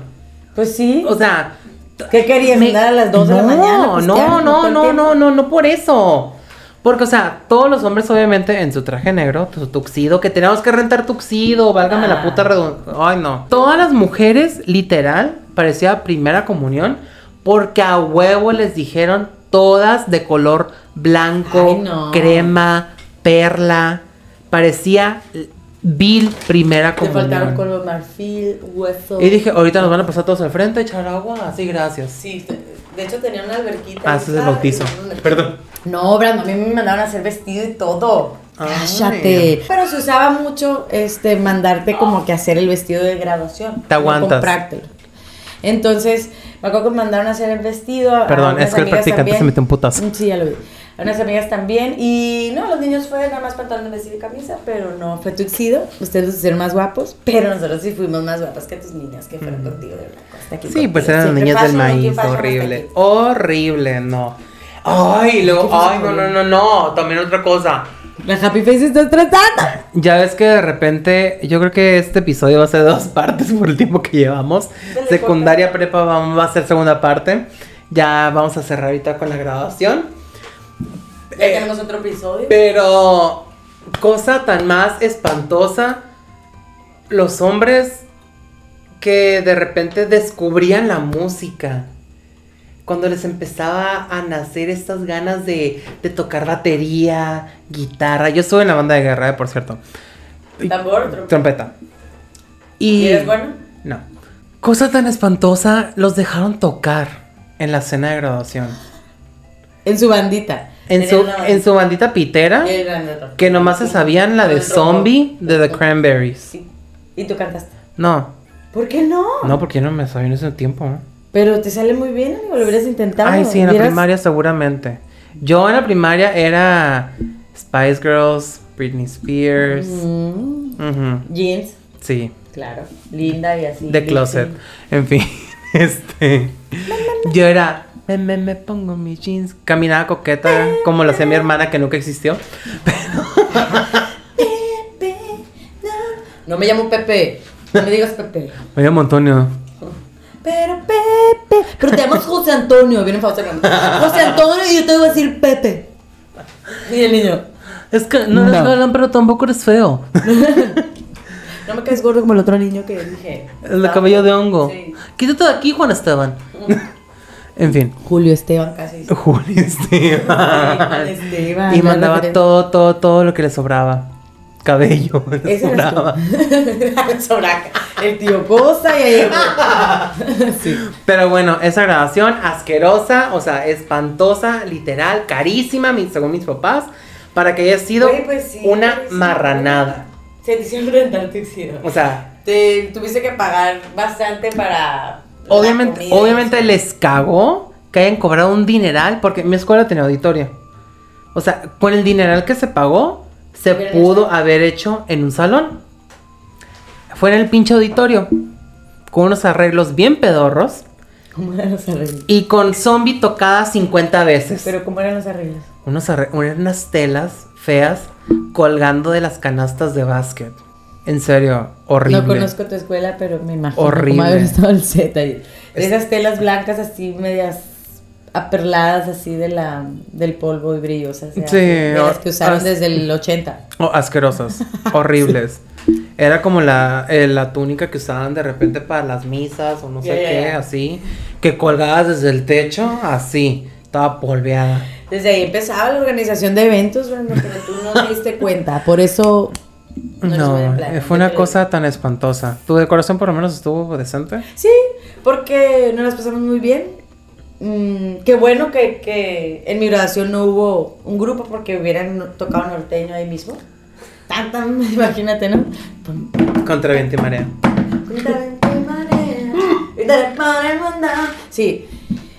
Pues sí. O sea, t- ¿Qué querías? me- ¿Andar a las 2 de la No, mañana? pues, ya, no, todo no, el no, tiempo. no, no, no por eso. Porque, o sea, todos los hombres, obviamente, en su traje negro, pues, su tuxido, que teníamos que rentar tuxido, válgame la Ah. puta redundancia. Ay, no. Todas las mujeres, literal, parecía primera comunión, porque a huevo les dijeron todas de color blanco, Ay, no. crema, perla. Parecía l- vil primera Te comunión. faltaron color marfil, hueso. Y dije, ahorita nos van a pasar todos al frente a echar agua. Así, gracias. Sí, te- de hecho tenía una alberquita. Ah, ahí, ese es el ¿sabes? bautizo. Perdón. No, Brando, a mí me mandaron a hacer vestido y todo. Ay. Cállate. Pero se usaba mucho este mandarte como que hacer el vestido de graduación. Te aguantas. No comprártelo. Entonces, me acuerdo que me mandaron a hacer el vestido. a- a Perdón, unas es que el amigas practicante también. se metió un putazo. Sí, ya lo vi. A unas amigas también. Y no, los niños fue nada más pantalón, vestido y camisa, pero no fue tuxido. Ustedes los hicieron más guapos, pero nosotros sí fuimos más guapas que tus niñas que fueron contigo de blanco. Hasta aquí Sí, pues contigo. eran los Siempre niños del fashion, aquí maíz, fashion, hasta horrible, aquí. horrible, no. Ay, luego, ay, no, no, no, no, también otra cosa. La Happy Face está tratando. Ya ves que de repente, yo creo que este episodio va a ser dos partes por el tiempo que llevamos. Dale, Secundaria prepa va, va a ser segunda parte. Ya vamos a cerrar ahorita con la graduación. Ya tenemos otro episodio. Eh, Pero, cosa tan más espantosa, los hombres que de repente descubrían la música. Cuando les empezaba a nacer estas ganas de, de tocar batería, guitarra. Yo estuve en la banda de guerra, eh, por cierto. Tambor, trompeta. Trompeta. Y, ¿Y eres bueno? No. Cosa tan espantosa, los dejaron tocar en la cena de graduación. En su bandita. En Tenía su, una en su bandita pitera. El grande rojo. Que nomás se sabían la de El rojo. Zombie de The Cranberries. Sí. Y tú cantaste. No, ¿Por qué no? no, porque yo no me sabía en ese tiempo. ¿eh? Pero te sale muy bien, amigo. Lo hubieras intentado. Ay, sí, en la Hubieras- primaria seguramente. Yo en la primaria era Spice Girls, Britney Spears. Mm, ujú, Jeans. Sí, Claro. Linda y así. The Closet. En fin, este. Yo era. Me, me, me pongo mis jeans. Caminaba coqueta, como lo hacía mi hermana que nunca existió. Pepe, no. No me llamo Pepe. No me digas Pepe. Me llamo Antonio. Pero Pepe. Pero te llamas José Antonio. Viene Fausto Ramos. José Antonio y yo te voy a decir Pepe. Y el niño. Es que no, eres No. galán, pero tampoco eres feo. No me caes gordo como el otro niño que dije. El de cabello de hongo. Sí. Quítate de aquí, Juan Esteban. en fin. Julio Esteban casi. Juan Esteban. Esteban, y no lo mandaba creo. todo, todo, todo lo que le sobraba. Cabello. le Ese eres sobraba. tú. Sobraca. El tío Cosa y ahí. sí. Pero bueno, esa grabación asquerosa, o sea, espantosa, literal, carísima, mi- según mis papás, para que haya sido Güey, pues sí, una carísima. marranada. Se te hicieron rentar tu hicieron. O sea, Te tuviste que pagar bastante para. la obviamente, comida. obviamente les cagó que hayan cobrado un dineral porque mi escuela tenía auditorio. O sea, con el dineral que se pagó, se Hubiera pudo hecho. haber hecho en un salón. Fue en el pinche auditorio. Con unos arreglos bien pedorros. ¿Cómo eran los arreglos? Y con zombie tocada 50 veces. Pero ¿cómo eran los arreglos? unos arre- unas telas feas colgando de las canastas de básquet. En serio, horrible. No conozco tu escuela, pero me imagino. Horrible. Cómo haber estado el set ahí. De Es- esas telas blancas así, medias aperladas así de la, del polvo y brillosas. Sí, de las o- que usaron as- desde el 80. Oh, asquerosas, horribles. Era como la, eh, la túnica que usaban de repente para las misas o no Ya, sé ya, qué, ya. así. Que colgadas desde el techo, así. Estaba polveada. Desde ahí empezaba la organización de eventos, Brenda, pero tú no te diste cuenta. Por eso no, les No, voy a hablar, eh, fue no una te- cosa tan espantosa. ¿Tu decoración por lo menos estuvo decente? Sí, porque nos las pasamos muy bien. Mm, qué bueno que, que en mi graduación no hubo un grupo porque hubieran no- tocado norteño ahí mismo. Tan, tan, imagínate, ¿no? Pues Pum, Contra viento y marea. Sí.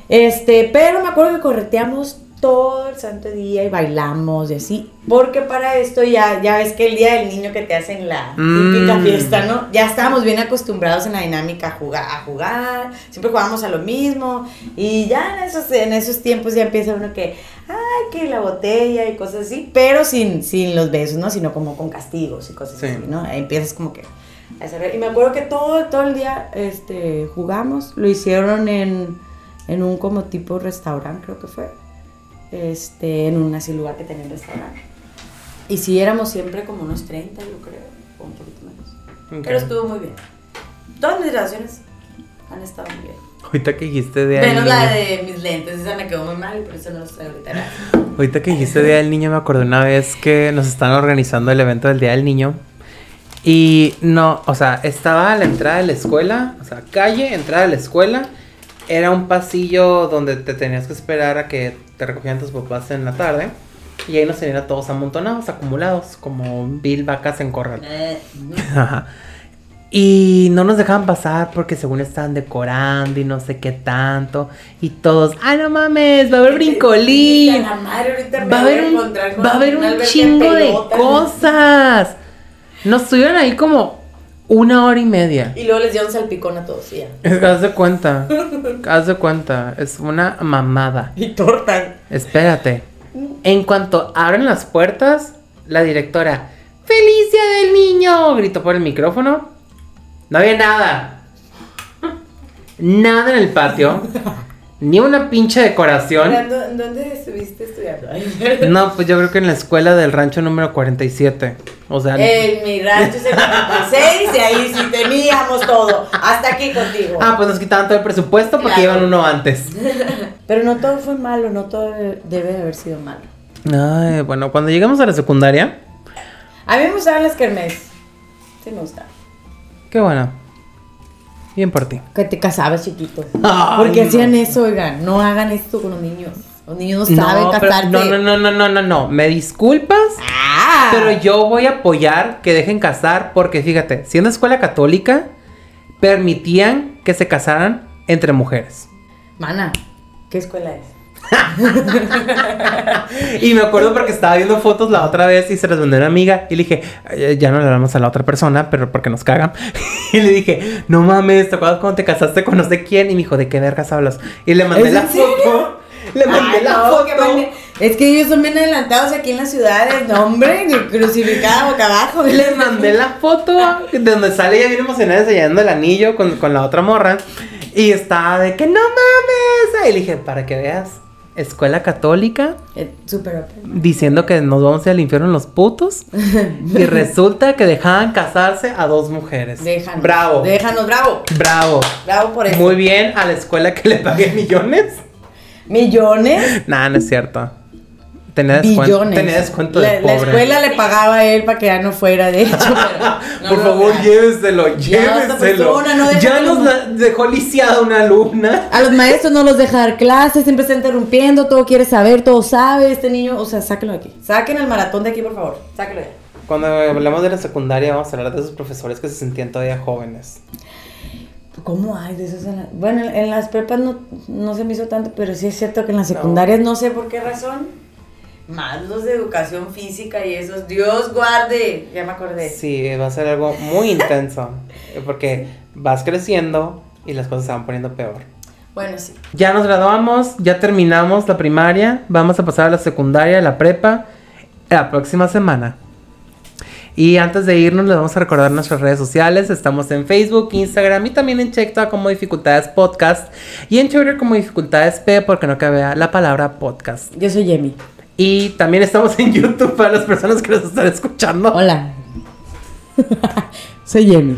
Este, pero me acuerdo que correteamos todo el santo día y bailamos y así. Porque para esto ya, ya ves que el día del niño que te hacen la Mm. típica fiesta, ¿no? Ya estábamos bien acostumbrados en la dinámica a jugar, a jugar. Siempre jugábamos a lo mismo. Y ya en esos, en esos tiempos ya empieza uno que, ay, que la botella y cosas así. Pero sin, sin los besos, ¿no? Sino como con castigos y cosas Sí. así, ¿no? Ahí Empiezas como que a cerrar. Y me acuerdo que todo, todo el día este, jugamos. Lo hicieron en, en un como tipo restaurante, creo que fue. Este, en un así lugar que tenía el restaurante. Y si éramos siempre como unos 30, yo creo, o un poquito menos. Pero estuvo muy bien. Todas mis relaciones han estado muy bien. Ahorita que dijiste de... Menos al la niño- de mis lentes, esa me quedó muy mal y por eso no los traigo ahorita. gracias. Ahorita que dijiste Día del Niño, me acordé una vez que nos están organizando el evento del Día del Niño. Y no, o sea, estaba a la entrada de la escuela, o sea, calle, entrada de la escuela. Era un pasillo donde te tenías que esperar a que te recogieran tus papás en la tarde. Y ahí nos tenían a todos amontonados, acumulados, como mil vacas en corral. Eh, ujú. Ajá. Y no nos dejaban pasar porque según estaban decorando y no sé qué tanto. Y todos, ah, no mames, va a haber Sí, brincolín. a la madre, ahorita me Va a voy haber un, encontrar con va a haber una un alberca chingo de pelota. cosas. Nos estuvieron ahí como una hora y media. Y luego les dio un salpicón a todos, y ya. Haz de cuenta. Haz de cuenta. Es una mamada. Y torta. Espérate. En cuanto abren las puertas, la directora, ¡Felicia del niño! gritó por el micrófono. No había nada. Nada en el patio. Ni una pinche decoración. Fernando, ¿en ¿Dónde estuviste estudiando? No, pues yo creo que en la escuela del rancho número 47. O sea, En mi rancho es el 46 y ahí sí teníamos todo. Hasta aquí contigo. ah, pues nos quitaban todo el presupuesto porque Claro. iban uno antes. Pero no todo fue malo, no todo debe de haber sido malo. Ay, bueno, cuando llegamos a la secundaria, A mí me gustaban las kermés. Sí me gustaban. qué bueno. Bien por ti. Que te casabas chiquito. Ay, Porque no. hacían eso, oigan. No hagan esto con los niños. Los niños no saben pero- casarse. no, no, no, no, no, no, no. Me disculpas, Ah. pero yo voy a apoyar que dejen casar porque fíjate, siendo escuela católica, permitían que se casaran entre mujeres. Mana, ¿qué escuela es? Y me acuerdo porque estaba viendo fotos la otra vez y se las mandé a una amiga y le dije, "Ay, ya no le hablamos a la otra persona, pero porque nos cagan. Y le dije, no mames, ¿te acuerdas cuando te casaste con no sé quién? Y me dijo, ¿de qué vergas hablas? Y le mandé ¿Es la en serio? foto. Le mandé Ay, la no, foto. qué mane- Es que ellos son bien adelantados aquí en las ciudades, no hombre, ni crucificada boca abajo. Le mandé la foto de donde sale ella bien emocionada enseñando el anillo con, con la otra morra. Y estaba de que no mames. Y le dije, para que veas, escuela católica Eh, Súper open. diciendo que nos vamos a ir al infierno los putos. y resulta que dejaban casarse a dos mujeres. Déjanos. Bravo. Déjanos, bravo. Bravo. Bravo por eso. Muy bien a la escuela que le pagué millones. Millones. Nah, no es cierto. Tenía descuento. Billones. Tenía descuento la, de la pobre. escuela le pagaba a él para que ya no fuera, de hecho. pero no Por lo favor, lograron. lléveselo, esta lléveselo. persona no deja ya que nos lo- la- dejó lisiada una alumna. A los maestros no los deja dar clases, siempre está interrumpiendo, todo quiere saber, todo sabe, este niño, o sea, sáquenlo de aquí. Saquen el maratón de aquí, por favor, sáquenlo ya. Cuando hablemos de la secundaria, vamos a hablar de esos profesores que se sentían todavía jóvenes. ¿Cómo hay de esos? En la- Bueno, en las prepas no, no se me hizo tanto, pero sí es cierto que en las secundarias no, sé por qué razón. Más los de educación física y esos. Dios guarde. Ya me acordé. Sí, va a ser algo muy intenso. eh, Porque vas creciendo y las cosas se van poniendo peor. Bueno, sí. Ya nos graduamos, ya terminamos la primaria, vamos a pasar a la secundaria, la prepa, la próxima semana. Y antes de irnos les vamos a recordar nuestras redes sociales, estamos en Facebook, Instagram y también en TikTok como Dificultades Podcast y en Twitter como Dificultades P porque no cabía la palabra podcast. Yo soy Yemi. Y también estamos en YouTube para las personas que nos están escuchando. Hola. soy Yemi.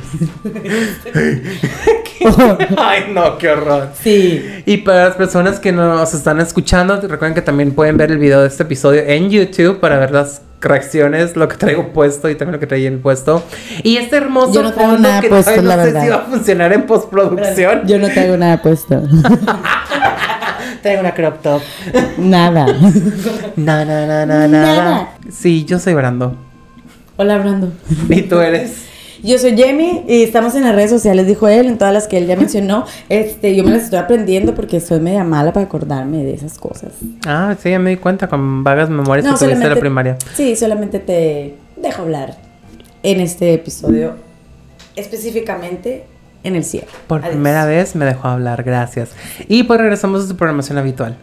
Ay no, qué horror. Sí. Y para las personas que nos están escuchando, recuerden que también pueden ver el video de este episodio en YouTube para ver las reacciones, lo que traigo puesto y también lo que traía en puesto. Y este hermoso Yo no traigo fondo nada que puesto, todavía la no sé verdad. si va a funcionar en postproducción. Yo no te hago nada puesto. traigo una crop top. nada. Na, na, na, na, na. Nada. Sí, yo soy Brando. Hola, Brando. Y tú eres. Yo soy Jamie y estamos en las redes sociales, dijo él, en todas las que él ya mencionó. Este, yo me las estoy aprendiendo porque soy media mala para acordarme de esas cosas. Ah, sí, ya me di cuenta con vagas memorias que tuviste de la primaria. Sí, solamente te dejo hablar en este episodio, específicamente en el cierre. Por Adiós. primera vez me dejó hablar, gracias. Y pues regresamos a su programación habitual.